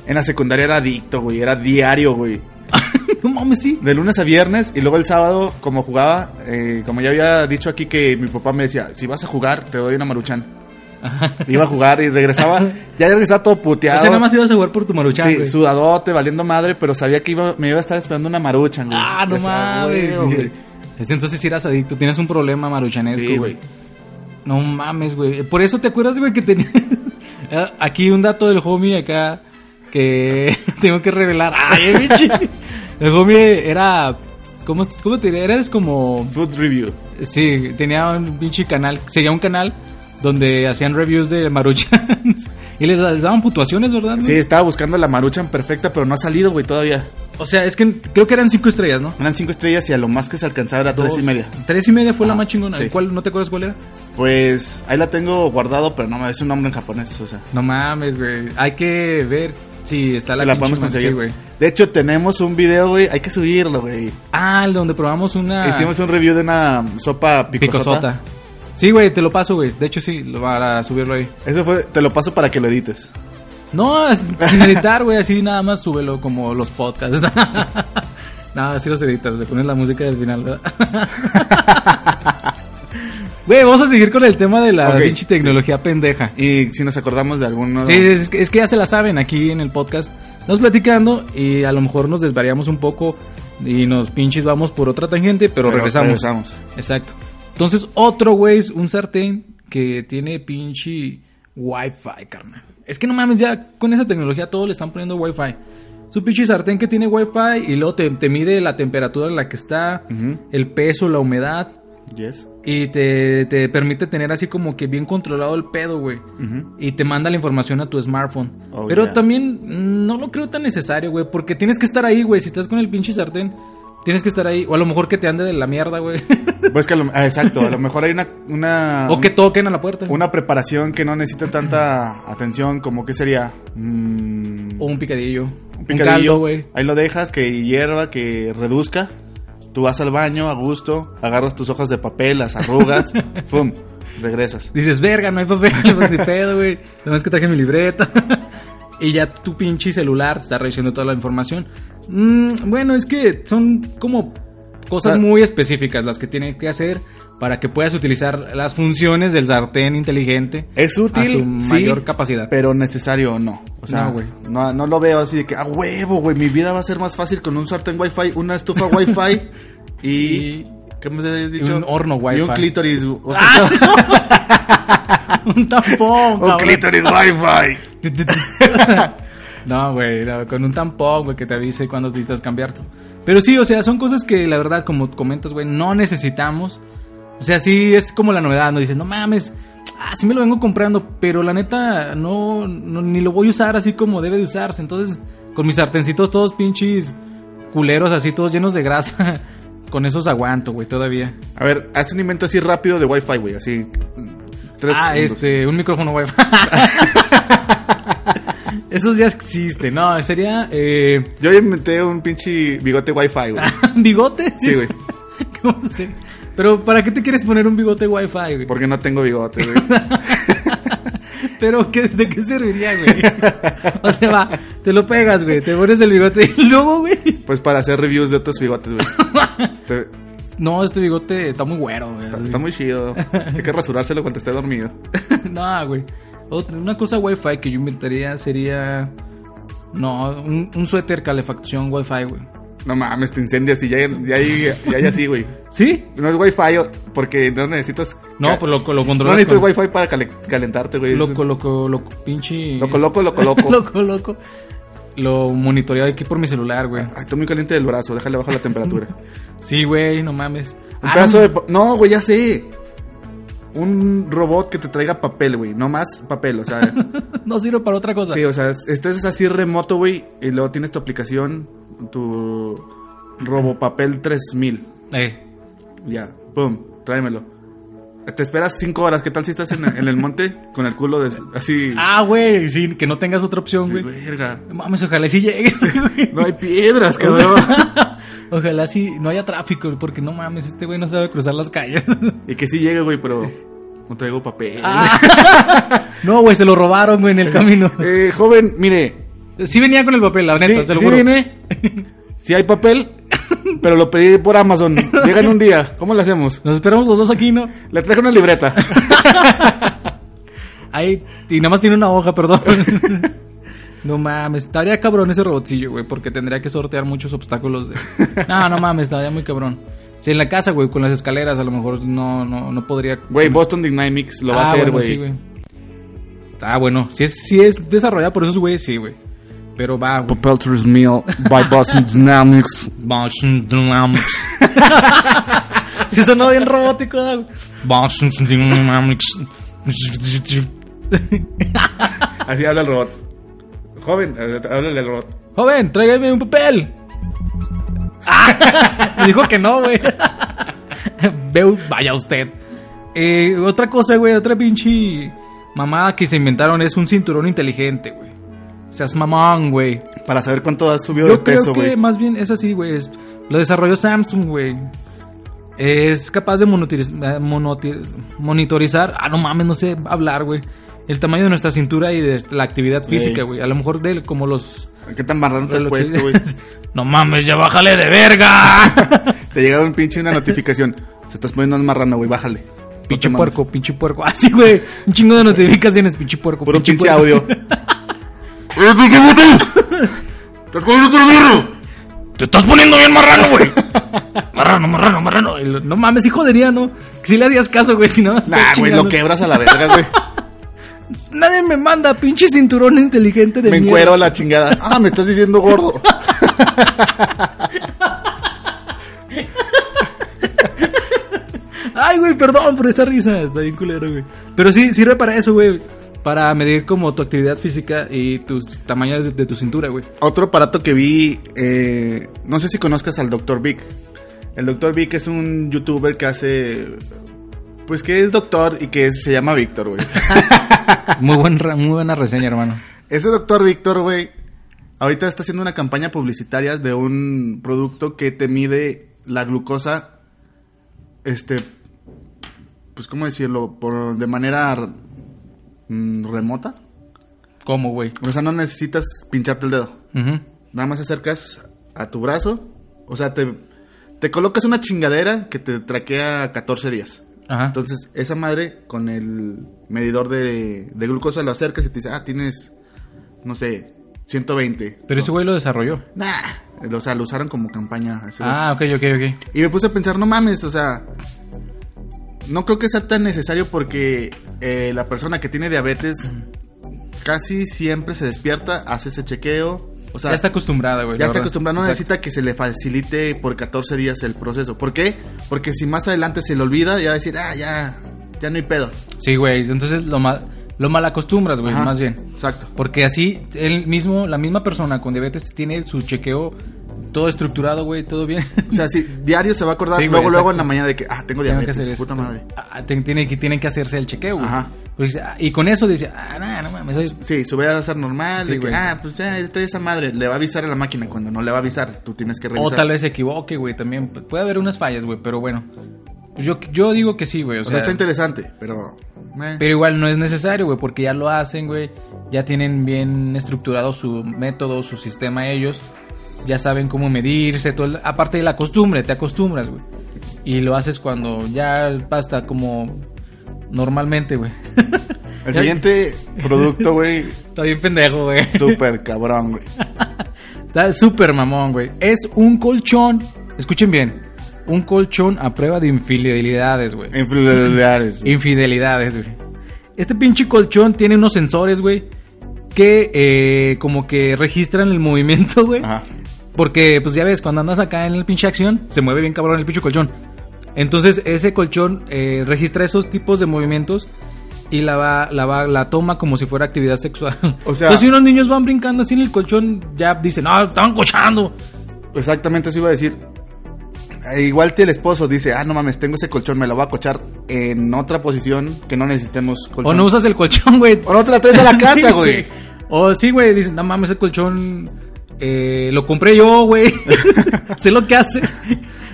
B: en la secundaria era adicto, güey, era diario, güey.
A: <laughs> no mames, sí.
B: De lunes a viernes y luego el sábado, como jugaba, eh, como ya había dicho aquí que mi papá me decía, si vas a jugar, te doy una maruchan.
A: Ajá.
B: Iba a jugar y
A: <laughs>
B: regresaba, ya regresaba todo
A: O
B: puteado.
A: sea, nada más ibas a jugar por tu Maruchan,
B: Sí,
A: güey.
B: sudadote, valiendo madre, pero sabía que iba, me iba a estar esperando una maruchan, güey.
A: Ah, no
B: Decía,
A: mames.
B: "Huevo, güey".
A: Este, Entonces si eras adicto, tienes un problema maruchanesco,
B: Sí,
A: güey.
B: güey.
A: No mames, güey. Por eso te acuerdas, güey, que tenía... <laughs> Ah, Aquí un dato del homie acá que <laughs> tengo que revelar. Ay, bichi.
B: <laughs>
A: El homie era... ¿Cómo, cómo te diré? Eres como...
B: Food review.
A: Sí, tenía un pinche canal. Seguía un canal donde hacían reviews de maruchans. <laughs> Y les, les daban puntuaciones, ¿verdad? güey?
B: Sí, estaba buscando la maruchan perfecta, pero no ha salido, güey, todavía.
A: O sea, es que creo que eran cinco estrellas, ¿no?
B: Eran cinco estrellas y a lo más que se alcanzaba era tres
A: Dos.
B: y media.
A: Tres y media fue la
B: Ajá,
A: más chingona.
B: sí.
A: ¿Cuál, ¿No te acuerdas cuál era?
B: Pues ahí la tengo guardado, pero no me es un nombre en japonés, o sea.
A: No mames, güey. Hay que ver si está la,
B: La, la
A: pinche
B: podemos
A: man-
B: conseguir.
A: sí, güey.
B: de hecho, tenemos un video, güey, hay que subirlo, güey.
A: Ah, el donde probamos una
B: Hicimos un review de una um, sopa picosota.
A: picosota. Sí, güey, te lo paso, güey. De hecho, sí, lo- para subirlo ahí.
B: Eso fue, te lo paso para que lo edites.
A: No, es- sin editar, güey, así nada más súbelo como los podcasts. <laughs> Nada, así los editas, le pones la música del final, ¿verdad? <laughs> Güey, vamos a seguir con el tema de la
B: Ok.
A: pinche tecnología pendeja.
B: Y si nos acordamos de alguno.
A: Sí, es, que- es que ya se la saben aquí en el podcast. Nos platicando y a lo mejor nos desvariamos un poco Y nos pinches vamos por otra tangente, pero, regresamos. Exacto. Entonces, otro güey es un sartén que tiene pinche Wi-Fi, carnal. Es que no mames, ya con esa tecnología todos le están poniendo Wi-Fi. Su pinche sartén que tiene Wi-Fi y luego te, te mide la temperatura en la que está,
B: Ujú.
A: el peso, la humedad.
B: Yes.
A: Y te, te permite tener así como que bien controlado el pedo, güey.
B: Ujú.
A: Y te manda la información a tu smartphone.
B: Oh,
A: Pero
B: yeah.
A: también mm, no lo creo tan necesario, güey. Porque tienes que estar ahí, güey. Si estás con el pinche sartén, tienes que estar ahí. O a lo mejor que te ande de la mierda, güey.
B: Pues que a lo- ah, exacto, a lo mejor hay una,
A: <laughs>
B: una,
A: o que toquen a la puerta.
B: una preparación que no necesita tanta atención, como que sería Mm,
A: O un picadillo.
B: un
A: Un,
B: picadillo.
A: caldo, güey.
B: Ahí lo dejas, que hierva, que reduzca. Tú vas al baño a gusto, agarras tus hojas de papel,
A: <laughs>
B: las arrugas, ¡fum! Regresas.
A: Dices, verga, no hay papel, <laughs> pues, ni pedo, güey. Nada más que traje mi libreta. <laughs> y ya tu pinche celular está revisando toda la información. Mm, bueno, es que son como cosas
B: Ah.
A: muy específicas las que tienes que hacer para que puedas utilizar las funciones del sartén inteligente
B: Es
A: a su
B: útil,
A: mayor
B: sí,
A: capacidad.
B: pero necesario no. O sea,
A: No,
B: no,
A: güey.
B: no, lo veo así de que, a huevo, güey, mi vida va a ser más fácil con un sartén wifi, una estufa wifi
A: <laughs>
B: y...
A: Y
B: ¿Qué me habías
A: y
B: dicho?
A: un horno
B: Y un
A: Wi-Fi.
B: clítoris.
A: <laughs>
B: <laughs>
A: un tampón,
B: un
A: cabrón.
B: clítoris wifi.
A: <laughs> no, güey, no, con un tampón, güey, que te avise cuando necesitas cambiarte. Pero sí, o sea, son cosas que la verdad, como comentas, güey, no necesitamos. O sea, sí es como la novedad, nos dicen, no mames, ah, sí me lo vengo comprando, pero la neta, no, no, ni lo voy a usar así como debe de usarse. Entonces, con mis sartencitos todos pinches culeros, así todos llenos de grasa, <laughs> con esos aguanto, güey, todavía.
B: A ver, haz un invento así rápido de wifi, güey, así. Tres
A: ah,
B: segundos.
A: este, un micrófono
B: <laughs>
A: wifi. Esos ya existen, no, sería eh, <laughs>
B: Yo inventé un pinche bigote wifi, güey.
A: bigote.
B: Sí, güey.
A: <laughs> ¿Cómo se- Pero ¿para qué te quieres poner un bigote wifi, güey?
B: Porque no tengo bigote, güey.
A: <laughs> Pero ¿qué- ¿de qué serviría, güey? <laughs> O sea, va, te lo pegas, güey, te pones el bigote y luego, güey.
B: Pues para hacer reviews de otros bigotes,
A: <laughs>
B: güey. Te-
A: No, este bigote está muy güero, güey. <laughs>
B: está, está muy chido. Hay que rasurárselo cuando esté dormido.
A: No, güey. Otra- Una cosa wifi que yo inventaría sería no, un, un suéter calefacción wifi, güey.
B: No mames, te incendias y ya, ya, hay- ya hay así, güey.
A: ¿Sí?
B: No es wifi o- porque no necesitas.
A: No, pues lo, lo
B: No
A: controlas.
B: necesitas
A: con-
B: wifi para cale- calentarte, güey.
A: Lo
B: Es-
A: coloco, lo pinche.
B: Lo
A: <laughs>
B: coloco, lo coloco.
A: lo coloco. Lo monitoreo aquí por mi celular, güey.
B: Ay, estoy muy caliente del brazo, déjale bajo la temperatura.
A: Sí, güey, no mames.
B: Un
A: Ah,
B: pedazo
A: no,
B: de. pa- No, güey, ya sé. Un robot que te traiga papel, güey. No más papel,
A: <laughs>
B: o sea.
A: no sirve para otra cosa.
B: sí, o sea, estés así remoto, güey. Y luego tienes tu aplicación, tu. Robopapel 3000.
A: Eh,
B: Ya, pum, tráemelo. Te esperas cinco horas. ¿Qué tal si estás en, en el monte con el culo de, así?
A: Ah, güey, sí, que no tengas otra opción,
B: Sí,
A: güey.
B: verga.
A: Mames, ojalá <laughs> sí llegues, güey.
B: No hay piedras,
A: <laughs>
B: cabrón.
A: Ah. Ojalá sí no haya tráfico, porque no mames, este güey no sabe cruzar las calles.
B: y que sí llegue, güey, pero no traigo papel.
A: Ah.
B: Ah.
A: <laughs> no, güey, se lo robaron, güey, en el camino.
B: Eh, joven, mire,
A: Sí venía con el papel, la neta,
B: sí,
A: se lo
B: sí
A: juro.
B: vine.
A: <laughs>
B: Sí hay papel, pero lo pedí por Amazon. Llega en un día. ¿Cómo lo hacemos?
A: Nos esperamos los dos aquí, ¿no?
B: Le traje una libreta.
A: Ahí, y nada más tiene una hoja, perdón. <laughs> No mames, estaría cabrón ese robotcillo, güey, porque tendría que sortear muchos obstáculos.
B: <laughs>
A: de- No, no mames, estaría muy cabrón. Si en la casa, güey, con las escaleras, a lo mejor no, no, no podría.
B: Güey, Boston Dynamics lo va
A: Ah,
B: a hacer,
A: bueno,
B: güey.
A: sí, ah, bueno, si es, si es desarrollado por esos güeyes, sí, güey. Pero va, güey. <laughs>
B: Papelters Meal by Boston Dynamics.
A: Boston Dynamics. Si sonó bien robótico, ¿verdad, güey?
B: <laughs>
A: Boston Dynamics.
B: Así habla el robot. Joven, eh, háblale al robot.
A: Joven, tráigame un papel.
B: Ah.
A: Me <laughs> dijo que no, güey. Veu- vaya usted. Eh, otra cosa, güey, otra pinche mamada que se inventaron es un cinturón inteligente, güey. Seas mamón, güey.
B: Para saber cuánto has subido de
A: Yo creo
B: peso,
A: que
B: güey.
A: más bien es así, güey. es- Lo desarrolló Samsung, güey. Es capaz de monotiris- eh, monoti- monitorizar. Ah, no mames, no sé hablar, güey. El tamaño de nuestra cintura y de la actividad física,
B: Ey.
A: güey. A lo mejor de como los
B: ¿Qué tan marrano te has
A: Reloj,
B: puesto,
A: sí.
B: güey?
A: <laughs> No mames, ya bájale de verga.
B: <laughs> Te llega un pinche una notificación. Se estás poniendo más marrano, güey, bájale. No
A: pinche
B: te mames.
A: puerco, pinche puerco. <laughs> Así, güey. Un chingo de notificaciones, pinche puerco.
B: Puro pinche
A: puerco.
B: <laughs> audio. ¡Eh, pinche bote! ¡Estás comiendo otro
A: Te estás poniendo bien marrano, güey. Marrano, marrano, marrano. Y lo- No mames, hijo de Niano. Si le harías caso, güey, si no.
B: Nah, güey, lo quebras a la verga, <laughs> güey.
A: Nadie me manda, pinche cinturón inteligente de
B: Me
A: mierda.
B: encuero a la chingada. Ah, me estás diciendo gordo.
A: Ay, güey, perdón por esa risa. Está bien culero, güey. Pero sí, sirve para eso, güey. Para medir como tu actividad física y tus tamaños de, de tu cintura,
B: <laughs>
A: güey.
B: <laughs> Otro aparato que vi, eh, no sé si conozcas al Dr. Vic. El Dr. Vic es un youtuber que hace... Pues que es doctor y que es- se llama Víctor, güey.
A: Muy, buen, re- muy buena reseña, hermano.
B: Ese doctor Víctor, güey, ahorita está haciendo una campaña publicitaria de un producto que te mide la glucosa, este, pues cómo decirlo, por de manera mm, remota.
A: ¿Cómo, güey?
B: O sea, no necesitas pincharte el dedo.
A: Ujú.
B: Nada más acercas a tu brazo, o sea, te, te colocas una chingadera que te traquea 14 días.
A: Ajá.
B: Entonces, esa madre con el medidor de, de glucosa lo acercas y te dice, ah, tienes, no sé, 120.
A: Pero ese güey lo desarrolló.
B: Nah, o sea, lo usaron como campaña. ese güey.
A: Ah, ok, ok, ok.
B: Y me puse a pensar, no mames, o sea, no creo que sea tan necesario porque eh, la persona que tiene diabetes casi siempre se despierta, hace ese chequeo. O sea,
A: ya está acostumbrada, güey. la
B: ya está
A: verdad.
B: acostumbrado, no
A: Exacto.
B: necesita que se le facilite por 14 días el proceso. ¿Por qué? Porque si más adelante se le olvida, ya va a decir, ah, ya, ya no hay pedo.
A: Sí, güey. Entonces lo mal, lo mal acostumbras, güey,
B: Ajá,
A: Pues más bien.
B: Exacto.
A: Porque así, él mismo, la misma persona con diabetes tiene su chequeo todo estructurado, güey, todo bien. <laughs>
B: O sea, si diario se va a acordar
A: Sí, güey,
B: luego, luego en
A: exacto.
B: la mañana de que, ah,
A: Tengo
B: tengo diabetes,
A: que hacer
B: puta
A: esto.
B: madre.
A: Ah, ten- tiene que, tienen que hacerse el chequeo, güey.
B: Ajá.
A: Porque dice, ah, Y con eso dice, ah, nah, no mames. soy-
B: Sí, su vida va a ser normal,
A: Sí,
B: de que,
A: güey.
B: ah, pues ya, estoy esa madre. Le va a avisar a la máquina cuando no le va a avisar, tú tienes que
A: O
B: revisar.
A: tal vez se equivoque, güey, también. Pu- Puede haber unas fallas, güey, pero bueno. Pues yo, yo digo que sí, güey. O,
B: O sea,
A: sea,
B: está interesante, pero... eh.
A: Pero igual no es necesario, güey, porque ya lo hacen, güey. Ya tienen bien estructurado su método, su sistema ellos. Ya saben cómo medirse, todo el- aparte de la costumbre, te acostumbras, güey. Y lo haces cuando ya basta como normalmente, güey. <laughs> eh,
B: El siguiente producto, güey,
A: Está bien pendejo, güey.
B: súper cabrón, güey.
A: Está súper mamón, güey. Es un colchón, escuchen bien, un colchón a prueba de infidelidades, güey.
B: Influenciales.
A: Infidelidades, güey. Este pinche colchón tiene unos sensores, güey. Que eh, como que registran el <laughs> movimiento, güey.
B: Ajá.
A: Porque, pues ya ves, cuando andas acá en el pinche acción, se mueve bien cabrón el pinche colchón. Entonces, ese colchón eh, registra esos tipos de movimientos y la va, la va, la toma como si fuera actividad sexual.
B: <laughs> O sea-
A: Entonces, si unos niños van brincando así en el colchón, ya dicen, no, están cochando.
B: Exactamente eso iba a decir. Eh, Igual que el esposo dice, ah, no mames, tengo ese colchón, me lo voy a cochar en otra posición que no necesitemos
A: O
B: colchón.
A: no usas el colchón, güey.
B: O no te la traes a la
A: <laughs>
B: casa,
A: Sí,
B: güey.
A: O sí, güey, dicen, no mames, ese colchón eh, lo compré yo, güey. <laughs> sé lo que hace. <laughs>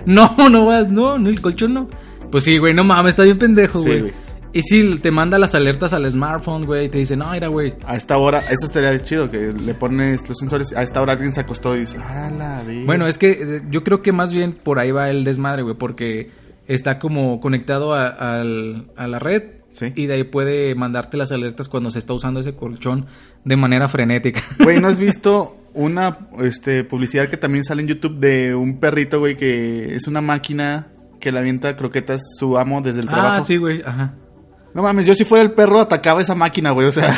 A: No, no, vas- no, no, el colchón no. Pues sí, güey, no mames, está bien pendejo,
B: Sí,
A: güey.
B: güey.
A: y sí, te manda las alertas al smartphone, güey, y te dicen, no, era, güey.
B: A esta hora, eso estaría chido, que le pones los sensores. A esta hora alguien se acostó y dice, ah, la vida.
A: Bueno, es que eh, yo creo que más bien por ahí va el desmadre, güey, porque está como conectado a, al- a la red.
B: Sí.
A: Y de ahí puede mandarte las alertas cuando se está usando ese colchón de manera frenética.
B: Güey, ¿no has visto una este, publicidad que también sale en YouTube de un perrito, güey, que es una máquina que le avienta croquetas su amo desde el trabajo?
A: Ah, sí, güey, ajá.
B: No mames, yo si fuera el perro atacaba esa máquina, güey,
A: <laughs>
B: o sea...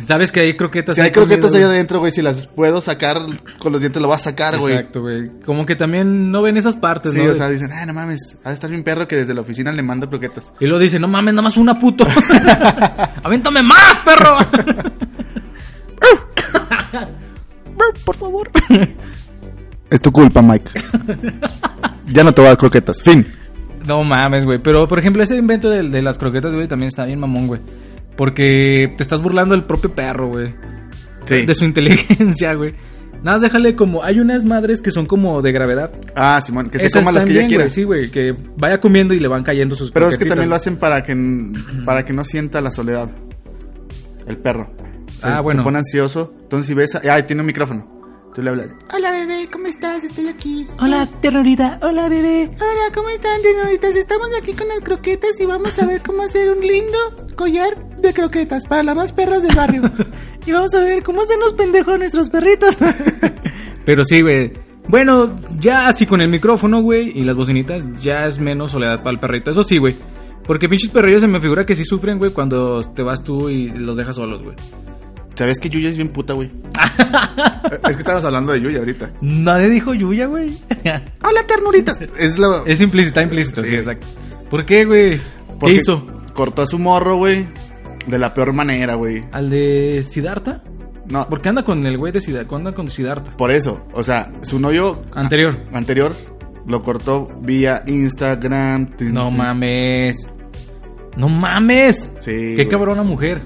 A: Sabes que hay croquetas.
B: Si hay
A: ahí comidas,
B: croquetas allá
A: güey.
B: adentro, güey, si las puedo sacar con los dientes, lo vas a sacar, güey.
A: Exacto, güey. Como que también no ven esas partes,
B: Sí,
A: ¿no?
B: o sea, dicen, ah, no mames, ha de estar bien perro que desde la oficina le mando croquetas.
A: Y luego dice, no mames, nada más una puto. <laughs> ¡Avéntame más,
B: <laughs>
A: perro! Por favor.
B: Es tu culpa, Mike.
A: <laughs>
B: ya no te voy a dar croquetas, fin.
A: No mames, güey. Pero, por ejemplo, ese invento de, de las croquetas, güey, también está bien mamón, güey. Porque te estás burlando del propio perro, güey.
B: Sí.
A: De su inteligencia, güey. Nada más déjale como... Hay unas madres que son como de gravedad.
B: Ah, Simón, que se
A: Esas
B: coma las que
A: también,
B: ya quiera.
A: güey, Sí, güey. Que vaya comiendo y le van cayendo sus
B: Pero es que
A: croquetitas,
B: también
A: güey.
B: lo hacen para que, para que no sienta la soledad. El perro. Se,
A: Ah, bueno.
B: Se pone ansioso. Entonces, si ves. Ay, tiene un micrófono. Tú le hablas.
C: Hola bebé, ¿cómo estás? Estoy aquí.
A: Hola, ternurita. Hola, bebé.
C: Hola, ¿cómo están, señoritas? Estamos aquí con las croquetas y vamos a ver cómo hacer un lindo collar de croquetas para las más perras del barrio.
A: Y vamos a ver cómo hacen los pendejos nuestros perritos. <laughs> Pero sí, güey. Bueno, ya así con el micrófono, güey, y las bocinitas, ya es menos soledad para el perrito. Eso sí, güey. Porque pinches perrillos se me figura que sí sufren, güey, cuando te vas tú y los dejas solos, güey.
B: ¿Sabes que Yuya es bien
A: <laughs>
B: puta, güey? es que estabas hablando de Yuya ahorita.
A: Nadie dijo Yuya, güey.
B: ¡Hola, ternuritas! Es la...
A: <laughs> es implícita, implícito, sí,
B: Sí.
A: exacto. ¿Por qué, güey? ¿Qué
B: porque
A: hizo?
B: Cortó a su morro, güey. De la peor manera, güey.
A: ¿Al de Siddhartha?
B: No,
A: ¿Por qué anda con el güey de Siddhartha? anda con Siddhartha?
B: por eso. O sea, su novio
A: Anterior.
B: anterior lo cortó vía Instagram. tin,
A: No
B: tin.
A: mames. No mames.
B: Sí,
A: Qué
B: güey.
A: cabrona mujer.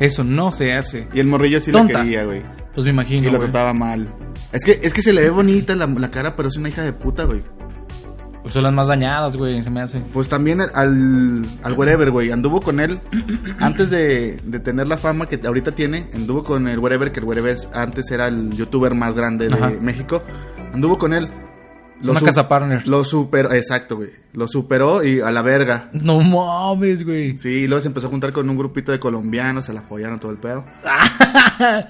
A: Eso no se hace.
B: Y el morrillo sí
A: Tonta.
B: la quería, güey.
A: Pues me
B: Y
A: imagino.
B: lo
A: güey.
B: trataba mal. Es que, es que se le ve bonita la, la cara, pero es una hija de puta, güey.
A: Pues son las más dañadas, güey, se me hace.
B: Pues también al, al, al Wherever, güey. Anduvo con él antes de, de tener la fama que ahorita tiene. Anduvo con el Wherever, que el Wherever es- antes era el youtuber más grande de
A: Ajá.
B: México. Anduvo con él.
A: Es una
B: su-
A: casa partner.
B: Lo superó, exacto, güey. Lo superó y a la verga.
A: No mames, güey.
B: Sí, y luego se empezó a juntar con un grupito de colombianos, se la follaron todo
A: <laughs>
B: el pedo.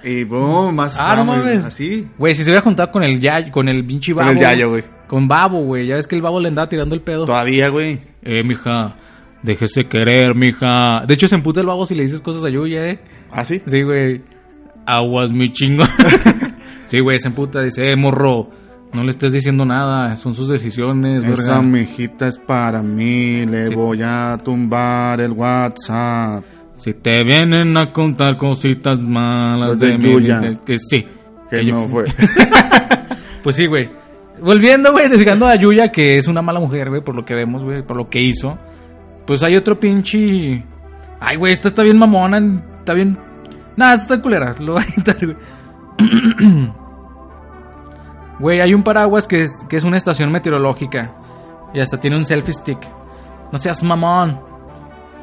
B: y boom, más
A: Ah, no
B: fama, güey.
A: mames.
B: Así.
A: Güey, si se hubiera juntado con el Yayo, con el pinche
B: Con
A: babo.
B: el Yayo, güey.
A: Con Babo, güey. Ya ves que el Babo le andaba tirando el pedo.
B: Todavía, güey.
A: Eh, mija, déjese querer, mija. De hecho, se emputa el Babo si le dices cosas a Yuya, eh.
B: Así.
A: Sí, güey. Aguas, mi chingo. <laughs> sí, güey, se emputa. Dice, eh, morro, no le estés diciendo nada. Son sus decisiones,
B: Esa
A: verga.
B: mijita es para mí, le
A: Sí.
B: voy a tumbar el WhatsApp.
A: Si te vienen a contar cositas malas
B: Los de
A: de, mí,
B: Yuya.
A: dices que sí.
B: Que
A: Ella-
B: no fue.
A: <laughs> Pues sí, güey. Volviendo, güey, desgando a Yuya, que es una mala mujer, güey, por lo que vemos, güey, por lo que hizo. Pues hay otro pinche. Ay, güey, esta está bien mamona, está bien. Nada, esta está culera, <laughs> lo voy a editar, güey. <clears throat> Güey, hay un paraguas que es, que es una estación meteorológica. Y hasta tiene un selfie stick. No seas mamón.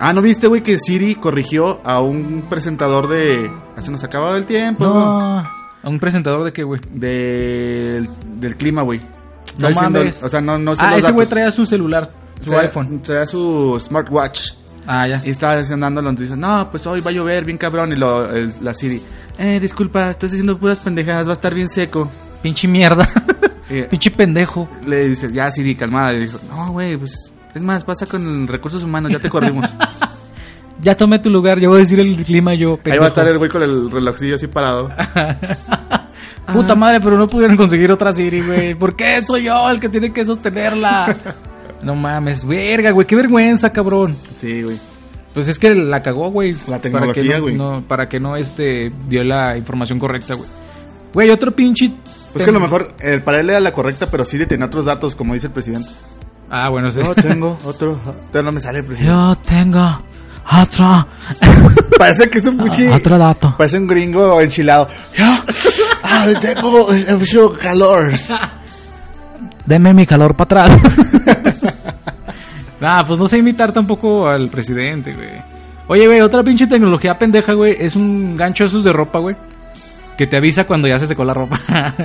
B: ah, ¿no viste, güey, que Siri corrigió a un presentador de... Ah, Se nos acababa el tiempo.
A: No. ¿A un presentador de qué, güey?
B: Del, del clima, güey. Está
A: No
B: diciendo-
A: mames.
B: O sea, no, no sé
A: ah,
B: los
A: ese güey
B: datos.
A: traía su celular, su
B: Trae-
A: iPhone.
B: trae su smartwatch.
A: Ah, ya.
B: Y estaba andando donde dice, no, pues hoy va a llover bien cabrón. Y lo, el- la Siri, eh, disculpa, estás diciendo puras pendejadas, va a estar bien seco.
A: Pinche
B: <laughs>
A: mierda.
B: Y
A: Pinche pendejo.
B: le dice, ya Siri, calmada. Y le dijo, no, güey, pues es más, pasa con recursos humanos, ya te <laughs> corrimos.
A: Ya tomé tu lugar, yo voy a decir el clima yo.
B: Ahí va a
A: pendejo.
B: estar el güey con el relojcillo así parado.
A: Puta
B: Ah.
A: madre, pero no pudieron conseguir otra Siri, güey. ¿Por qué soy yo el que tiene que sostenerla?
B: <laughs>
A: No mames, verga, güey, qué vergüenza, cabrón.
B: <laughs> Sí, güey.
A: Pues es que la cagó, güey. Para
B: La
A: que
B: tecnología,
A: no-
B: güey.
A: no- para que no, este, dio la información correcta, güey. Güey, otro pinche...
B: Pues que a lo mejor eh, para él era la correcta, pero Siri tenía otros datos, como dice el presidente.
A: Ah, bueno, sí.
B: No, tengo otro. Pero no me sale el presidente.
A: Yo tengo otro,
B: <laughs> Parece que es un puchi.
A: otro dato.
B: Parece un gringo enchilado. Ah, tengo eh, mucho calor.
A: Deme mi calor para atrás. <laughs> nah, pues no sé imitar tampoco al presidente, güey. Oye, güey, otra pinche tecnología pendeja, güey. Es un gancho de esos de ropa, güey. Que te avisa cuando ya se secó la ropa. <laughs>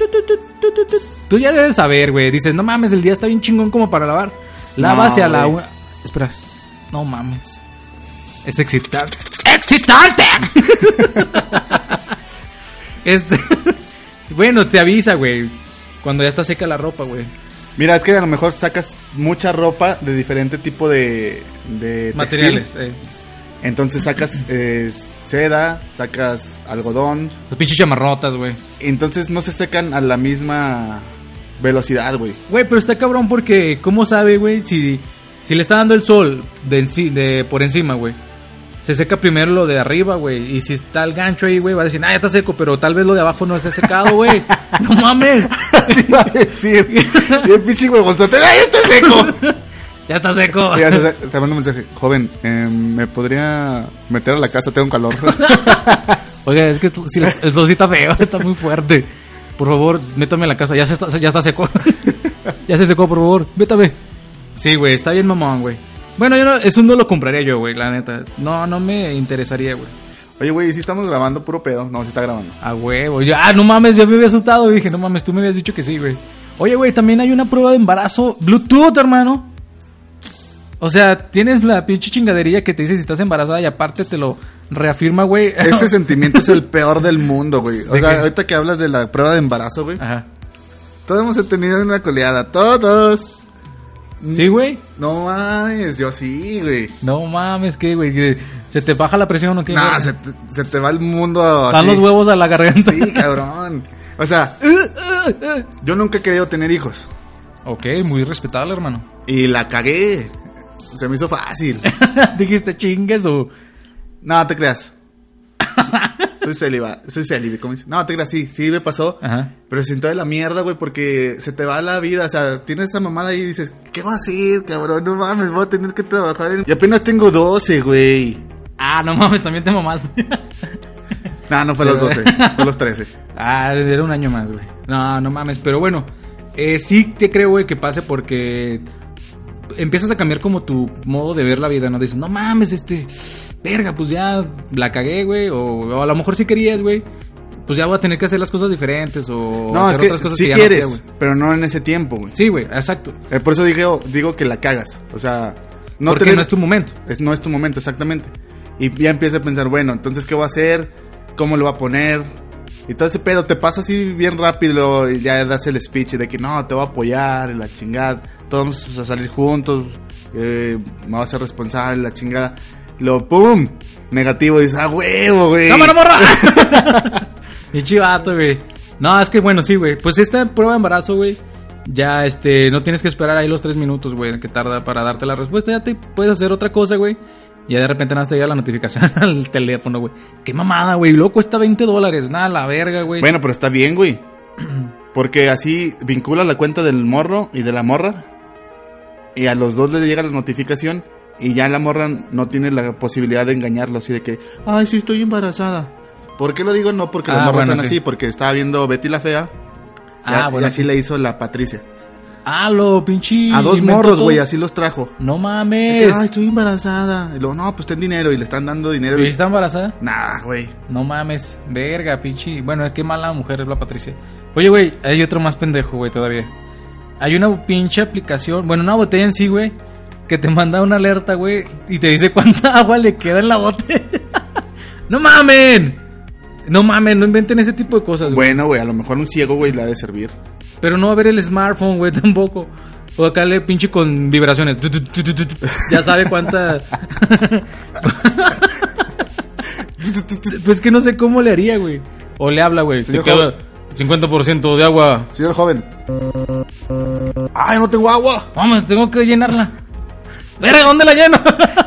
A: Tut, tut, tut, tut, tut, tut. Tú ya debes saber, güey. Dices, no mames, el día está bien chingón como para lavar. Lava
B: No,
A: hacia la
B: güey.
A: una. Esperas. No mames. Es excitante. ¡Excitante! <laughs> este. <laughs> bueno, te avisa, güey. Cuando ya está seca la ropa, güey.
B: Mira, es que a lo mejor sacas mucha ropa de diferente tipo de, de textil.
A: Materiales. eh.
B: Entonces sacas eh, seda, sacas algodón.
A: Los pinches chamarrotas, güey.
B: Entonces no se secan a la misma velocidad, güey. <laughs>
A: Güey, pero está cabrón porque, ¿cómo sabe, güey? Si, si le está dando el sol de, enci- de por encima, güey. Se seca primero lo de arriba, güey. Y si está el gancho ahí, güey, va a decir, ah, ya está seco, pero tal vez lo de abajo no se ha secado, <laughs> güey. no mames.
B: Así va a decir. Y el pinche huevonzote, ¡ay, está seco!
A: <laughs> Ya está <laughs> seco.
B: Mira, se- te mando un mensaje. Joven, eh, ¿me podría meter a la casa? Tengo
A: <laughs>
B: calor.
A: Oiga, es que tú- si el el sol sí está feo, <laughs> está muy fuerte. Por favor, métame a la casa, ya, se está, ya está seco. <laughs> ya se secó, por favor, métame. Sí, güey, está bien mamón, güey. Bueno, yo no, eso no lo compraría yo, güey, la neta. No, no me interesaría, güey.
B: Oye, güey, si estamos grabando puro pedo. No, si
A: <laughs>
B: está grabando.
A: A huevo. Yo, ah, no mames, yo me había asustado. Dije, no mames, tú me habías dicho que sí, güey. Oye, güey, también hay una prueba de embarazo Bluetooth, hermano. O sea, tienes la pinche chingadería que te dice si estás embarazada y aparte te lo reafirma, güey.
B: Ese sentimiento es el peor del mundo, güey. O
A: ¿De
B: sea,
A: qué?
B: ahorita que hablas de la prueba de embarazo, güey.
A: <laughs> Ajá.
B: Todos hemos tenido una coleada, todos.
A: Sí, güey.
B: No mames, yo sí, güey.
A: No mames, ¿qué, güey? ¿Que ¿Se te baja la presión o qué?
B: Nah,
A: güey?
B: se te, se te va el mundo así.
A: Están los huevos a la garganta.
B: Sí, cabrón. O sea, yo nunca he querido tener hijos.
A: ok, muy respetable, hermano.
B: Y la cagué. Se me hizo fácil.
A: <laughs> Dijiste chingues o.
B: No, te creas. Soy céliba, soy célibe, ¿cómo dice? No, te creas, sí, sí me pasó.
A: Ajá.
B: Pero se sintió de la mierda, güey, porque se te va la vida. O sea, tienes esa mamada ahí y dices, ¿qué va a hacer, cabrón? No mames, voy a tener que trabajar. En... Y apenas tengo 12, güey.
A: Ah, no mames, también te mamaste.
B: No, no fue a los 12, fue a los 13.
A: <laughs> ah, era un año más, güey. No, no mames, pero bueno. eh, sí te creo, güey, que pase porque empiezas a cambiar como tu modo de ver la vida, ¿no? Dices, no mames, este, verga, pues ya la cagué, güey, o, o a lo mejor sí querías, güey, pues ya voy a tener que hacer las cosas diferentes o
B: No, es
A: hacer
B: que
A: otras cosas
B: sí
A: que ya no
B: quieres,
A: hacía, güey.
B: pero no en ese tiempo, güey.
A: Sí, güey, exacto.
B: Eh, por eso digo, digo que la cagas. O sea, no,
A: porque
B: tener-
A: no es tu momento.
B: es- no es tu momento, exactamente. Y ya empiezas a pensar, bueno, entonces, ¿qué voy a hacer? ¿Cómo lo voy a poner? Y todo ese pedo te pasa así bien rápido y ya das el speech de que no, te voy a apoyar, y la chingada. Todos vamos a salir juntos, eh, me vas a ser responsable, la chingada. Y luego, ¡pum! Negativo, dices, ¡ah, huevo, güey!
A: ¡Cámara, morra!
B: <laughs>
A: <laughs> Mi chivato, güey. No, es que bueno, sí, güey. Pues esta prueba de embarazo, güey. Ya, este, no tienes que esperar ahí los tres minutos, güey, que tarda para darte la respuesta. Ya te puedes hacer otra cosa, güey. Y ya de repente nada más te llega la notificación <laughs> al teléfono, güey. Qué mamada, güey. Luego cuesta 20 dólares. Nada, la verga, güey.
B: Bueno, pero está bien, güey.
A: <clears throat>
B: Porque así vinculas la cuenta del morro y de la morra. Y a los dos les llega la notificación. Y ya la morra no tiene la posibilidad de engañarlo. Así de que, ay, sí, estoy embarazada. ¿Por qué lo digo? No, porque las
A: Ah,
B: morras
A: bueno,
B: son
A: sí.
B: así. Porque estaba viendo Betty la Fea.
A: ah,
B: y,
A: bueno.
B: y así le hizo la Patricia.
A: Ah, lo pinche.
B: A dos
A: inventó
B: morros,
A: todo.
B: güey, así los trajo.
A: No
B: De que,
A: mames.
B: Ay, estoy embarazada. Y luego, no, pues ten dinero. Y le están dando dinero.
A: ¿Y
B: Y...
A: está embarazada?
B: Nah, güey.
A: No mames, verga, pinche. Bueno, qué mala mujer es la Patricia. Oye, güey, hay otro más pendejo, güey, todavía. Hay una pinche aplicación, bueno, una botella en sí, güey, que te manda una alerta, güey, y te dice cuánta <laughs> agua le queda en la botella. <laughs> ¡No mamen! No mamen, no inventen ese tipo de cosas, güey.
B: Bueno, güey, a lo mejor un ciego, güey, le ha
A: <laughs>
B: de servir.
A: Pero no va a ver el smartphone, güey, <laughs> tampoco. O acá le pinche con vibraciones. Tu, tu, tu, tu, tu, tu. Ya sabe cuánta. pues que no sé cómo le haría, güey. O le habla, güey. Te
B: Señor
A: queda 50% de agua.
B: Señor joven. Ay, no tengo agua.
A: Vamos, tengo que llenarla. Verga, ¿dónde la lleno?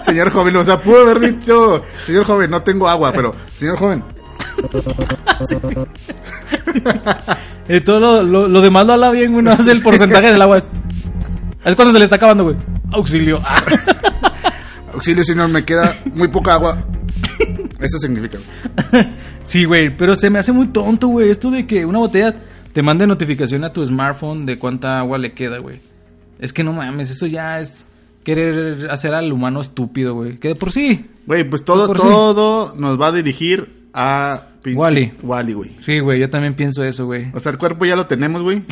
B: Señor joven, o sea, pudo haber dicho, señor joven, no tengo agua, pero, señor joven,
A: y todo lo, lo- lo demás lo habla bien, güey. No hace el porcentaje del agua. Es, es cuando se le está acabando, güey. Ah. Auxilio.
B: auxilio, señor, me queda muy poca agua. Eso significa.
A: Sí, güey, pero se me hace muy tonto, güey, esto de que una botella te mande notificación a tu smartphone de cuánta agua le queda, güey. Es que no mames, eso ya es querer hacer al humano estúpido, güey. Que de por sí.
B: Güey, pues todo,
A: Por sí.
B: todo nos va a dirigir a pinche-
A: Wally.
B: Wally, güey.
A: Sí, güey, yo también pienso eso, güey.
B: O sea, el cuerpo ya lo tenemos, güey.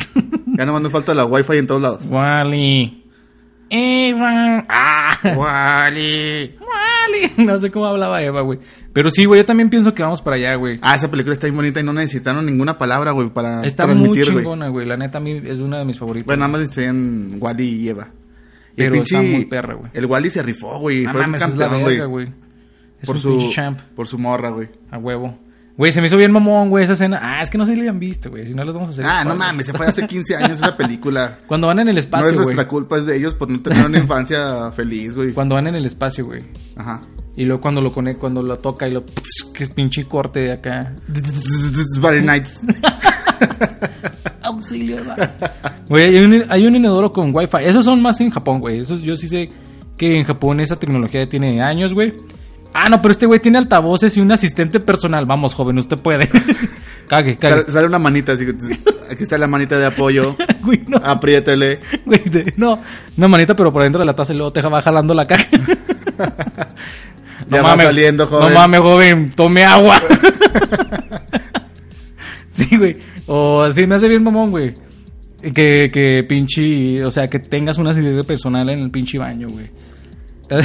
B: Ya nomás nos falta la wifi en todos lados.
A: <laughs> Wally. Eva. Ah.
B: Wally.
A: Wally. <laughs> No sé cómo hablaba Eva, güey. Pero sí, güey, yo también pienso que vamos para allá, güey.
B: Ah, esa película está bien bonita y no necesitaron ninguna palabra, güey, para
A: Está muy
B: transmitir, güey.
A: chingona, güey. La neta a mí es una de mis favoritas.
B: Bueno, nada más decían Wally y Eva. Y
A: Pero
B: el
A: está
B: pinche-
A: muy perra, güey.
B: El Wally se rifó, güey.
A: no
B: Fue un
A: mames, es la
B: campeón, güey.
A: verga, güey. Es
B: por
A: un
B: su
A: pinche champ.
B: por su morra, güey.
A: A huevo. Güey, se me hizo bien mamón, güey, esa escena. Ah, es que no sé si la han visto, güey. Si no, los vamos a hacer.
B: Ah, no
A: spoilers.
B: mames, se fue hace 15 años esa película.
A: <laughs> Cuando van en el
B: No es
A: espacio, güey.
B: nuestra culpa, es de ellos por no tener una infancia feliz, güey.
A: Cuando van en el espacio, güey.
B: Ajá.
A: Y luego cuando lo conecta, cuando lo toca y lo... <laughs> Que es pinche corte de acá.
B: Very nights.
A: Auxilio, <laughs> Güey, hay un, hay un inodoro con wifi. Esos son más en Japón, güey. Esos yo sí sé que en Japón esa tecnología ya tiene años, güey. Ah, no, pero este güey tiene altavoces y un asistente personal. Vamos, joven, usted puede. cague, cague.
B: Sale, sale una manita, así que aquí está la manita de apoyo.
A: <laughs> Güey, no.
B: Apriétele.
A: Güey, de- no, una manita, pero por dentro de la taza y luego te va jalando la caja.
B: Ya va saliendo, joven.
A: No mames, joven, tome agua. <laughs> sí, güey. O así me hace bien mamón, güey. Que, que pinche, o sea, que tengas un asistente personal en el pinche baño, güey. <laughs>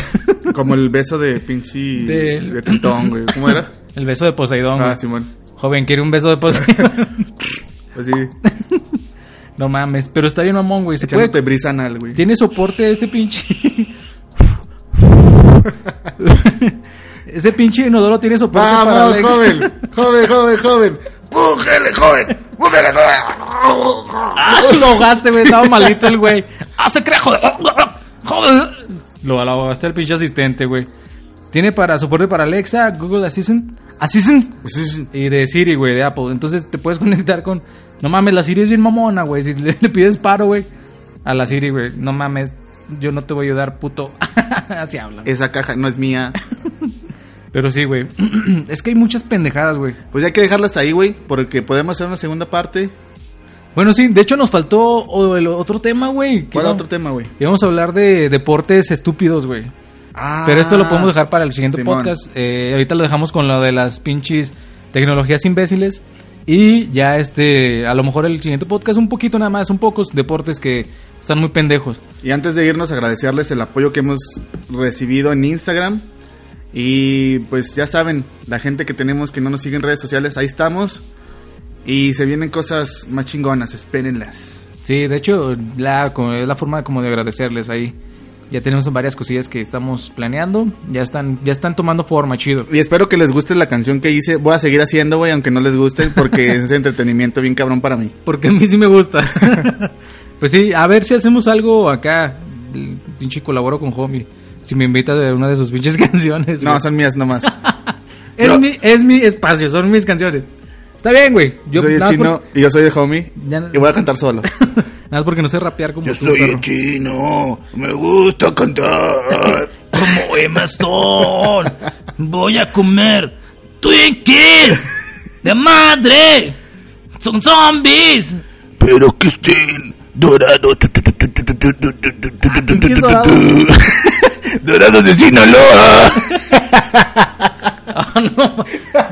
B: Como el beso de pinche. De,
A: Del-
B: Tritón, güey. ¿Cómo era?
A: El beso de Poseidón,
B: Ah,
A: güey.
B: Simón. <laughs> Pues
A: Joven, quiere un beso de Poseidón.
B: Así.
A: No mames, pero está bien mamón, güey. Se
B: Echándote
A: puede...
B: brisa anal, güey.
A: Tiene soporte este
B: <laughs>
A: pinche. <laughs> Ese pinche inodoro tiene soporte para
B: ¡Vamos,
A: Alex.
B: joven! <laughs> ¡Joven, joven, joven! ¡Bújele, joven! ¡Bújele,
A: ¡Ah,
B: joven! <laughs>
A: lo ahogaste, güey. Estaba malito el güey. ¡Ah, se crea, joder! ¡Joder! Lo lo ahogaste el pinche asistente, güey. Tiene para soporte para Alexa, Google Assistant, Assistant
B: Pues
A: y de Siri, güey, de Apple. Entonces te puedes <laughs> conectar con. No mames, la Siri es bien mamona, güey. Si le, <laughs> le pides paro, güey, a la Siri, güey. No mames, yo no te voy a ayudar, puto. <laughs> Así hablan.
B: Esa caja no es mía.
A: Pero sí, güey. <clears throat> es que hay muchas pendejadas, güey.
B: Pues ya hay que dejarlas ahí, güey, porque podemos hacer una segunda parte.
A: Bueno, sí, de hecho nos faltó o- el otro tema, güey.
B: ¿Cuál
A: Que
B: otro tema, güey?
A: Íbamos a hablar de deportes estúpidos, güey.
B: Ah,
A: Pero esto lo podemos dejar para el siguiente
B: Simón.
A: podcast. Eh, ahorita lo dejamos con lo de las pinches tecnologías imbéciles. Y ya este, a lo mejor el siguiente podcast un poquito nada más, un pocos deportes que están muy pendejos.
B: Y antes de irnos, agradecerles el apoyo que hemos recibido en Instagram. Y pues ya saben, la gente que tenemos que no nos sigue en redes sociales, ahí estamos. Y se vienen cosas más chingonas, espérenlas.
A: Sí, de hecho, la, co- es la forma como de agradecerles ahí. Ya tenemos varias cosillas que estamos planeando, ya están, ya están tomando forma, chido.
B: Y espero que les guste la canción que hice. Voy a seguir haciendo, güey, aunque no les guste,
A: <laughs>
B: porque es entretenimiento bien cabrón para mí.
A: Porque a mí sí me gusta. <laughs> pues sí, a ver si hacemos algo acá. El Pinche colaboro con Homie. Si me invita de una de sus pinches <laughs> canciones.
B: No,
A: güey.
B: son
A: <laughs>
B: mías nomás.
A: es,
B: yo-
A: mi, es mi espacio, son mis canciones. Está bien, güey.
B: Yo soy el
A: nada más
B: chino y yo soy el homie.
A: por- ya-
B: Y voy a cantar
A: <laughs>
B: solo.
A: nada más porque no sé rapear como tú, perro.
B: chino, me gusta cantar.
A: Como Emma Stone. Voy a comer Twinkies de madre. Son zombies.
B: Pero que estén dorado.
A: Twinkies dorado.
B: Dorado de Sinaloa.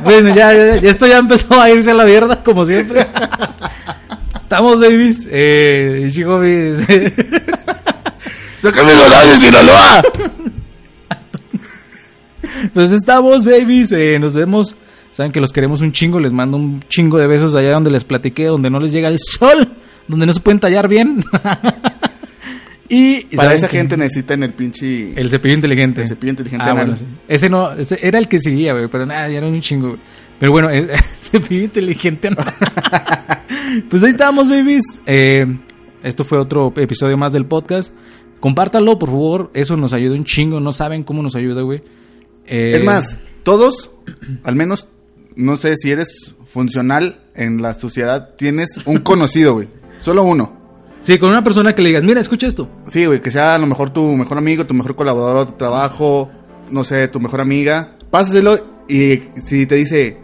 A: Bueno, ya, ya, ya, esto ya empezó a irse a la mierda, como siempre. Estamos, babies. Eh, chico,
B: Sácame dorado de Sinaloa.
A: <laughs> pues estamos, babies. Eh, nos vemos. Saben que los queremos un chingo. Les mando un chingo de besos allá donde les platiqué, donde no les llega el sol, donde no se pueden tallar bien. <laughs> y
B: Para
A: saben
B: esa
A: que
B: gente necesitan el pinche.
A: El cepillo inteligente.
B: el cepillo inteligente
A: Ah,
B: anal.
A: bueno, sí. Ese no, ese era el que seguía, güey, pero nada, ya era un chingo, güey. Pero bueno, <laughs> el cepillo inteligente no. <laughs> pues ahí estamos, babies. Eh, esto fue otro episodio más del podcast. Compártanlo, por favor. Eso nos ayuda un chingo. No saben cómo nos ayuda, güey. Eh,
B: Es más, todos, al menos, no sé si eres funcional en la sociedad,
A: <laughs>
B: tienes un conocido, güey. Solo uno.
A: Sí, con una persona que le digas, mira, escucha esto.
B: Sí, güey, que sea a lo mejor tu mejor amigo, tu mejor colaborador de trabajo, no sé, tu mejor amiga. Pásaselo y si te dice,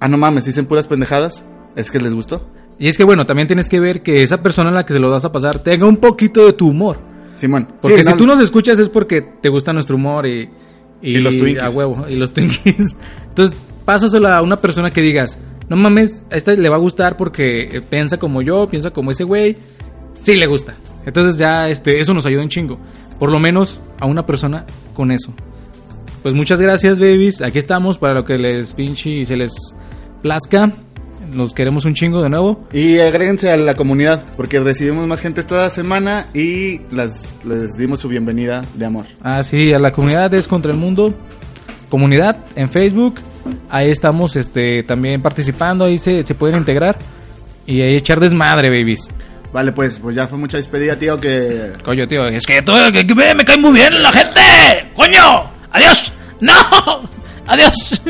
B: ah, no mames, dicen puras pendejadas, es que les gustó.
A: Y es que, bueno, también tienes que ver que esa persona a la que se lo vas a pasar tenga un poquito de tu humor.
B: Simón,
A: Porque
B: sí,
A: si tú nos escuchas es porque te gusta nuestro humor y,
B: Y los Twinkies.
A: A huevo, y los Twinkies. <laughs> Entonces, pásaselo a una persona que digas, no mames, a esta le va a gustar porque eh, piensa como yo, piensa como ese güey. Sí, le gusta. Entonces ya este, eso nos ayuda un chingo. Por lo menos a una persona con eso. Pues muchas gracias, babies. Aquí estamos para lo que les pinche y se les plazca. Nos queremos un chingo de nuevo.
B: Y agréguense a la comunidad, porque recibimos más gente esta semana y las, les dimos su bienvenida de amor.
A: Así, Ah, a la comunidad es contra el mundo. Comunidad en Facebook. Ahí estamos este, también participando. Ahí se, se pueden integrar. Y ahí echar desmadre, babies.
B: Vale, pues, pues ya fue mucha despedida, tío, que
A: Coño, tío, es que, todo, que- que me, me cae muy bien la gente. Coño, <laughs> adiós. No, adiós.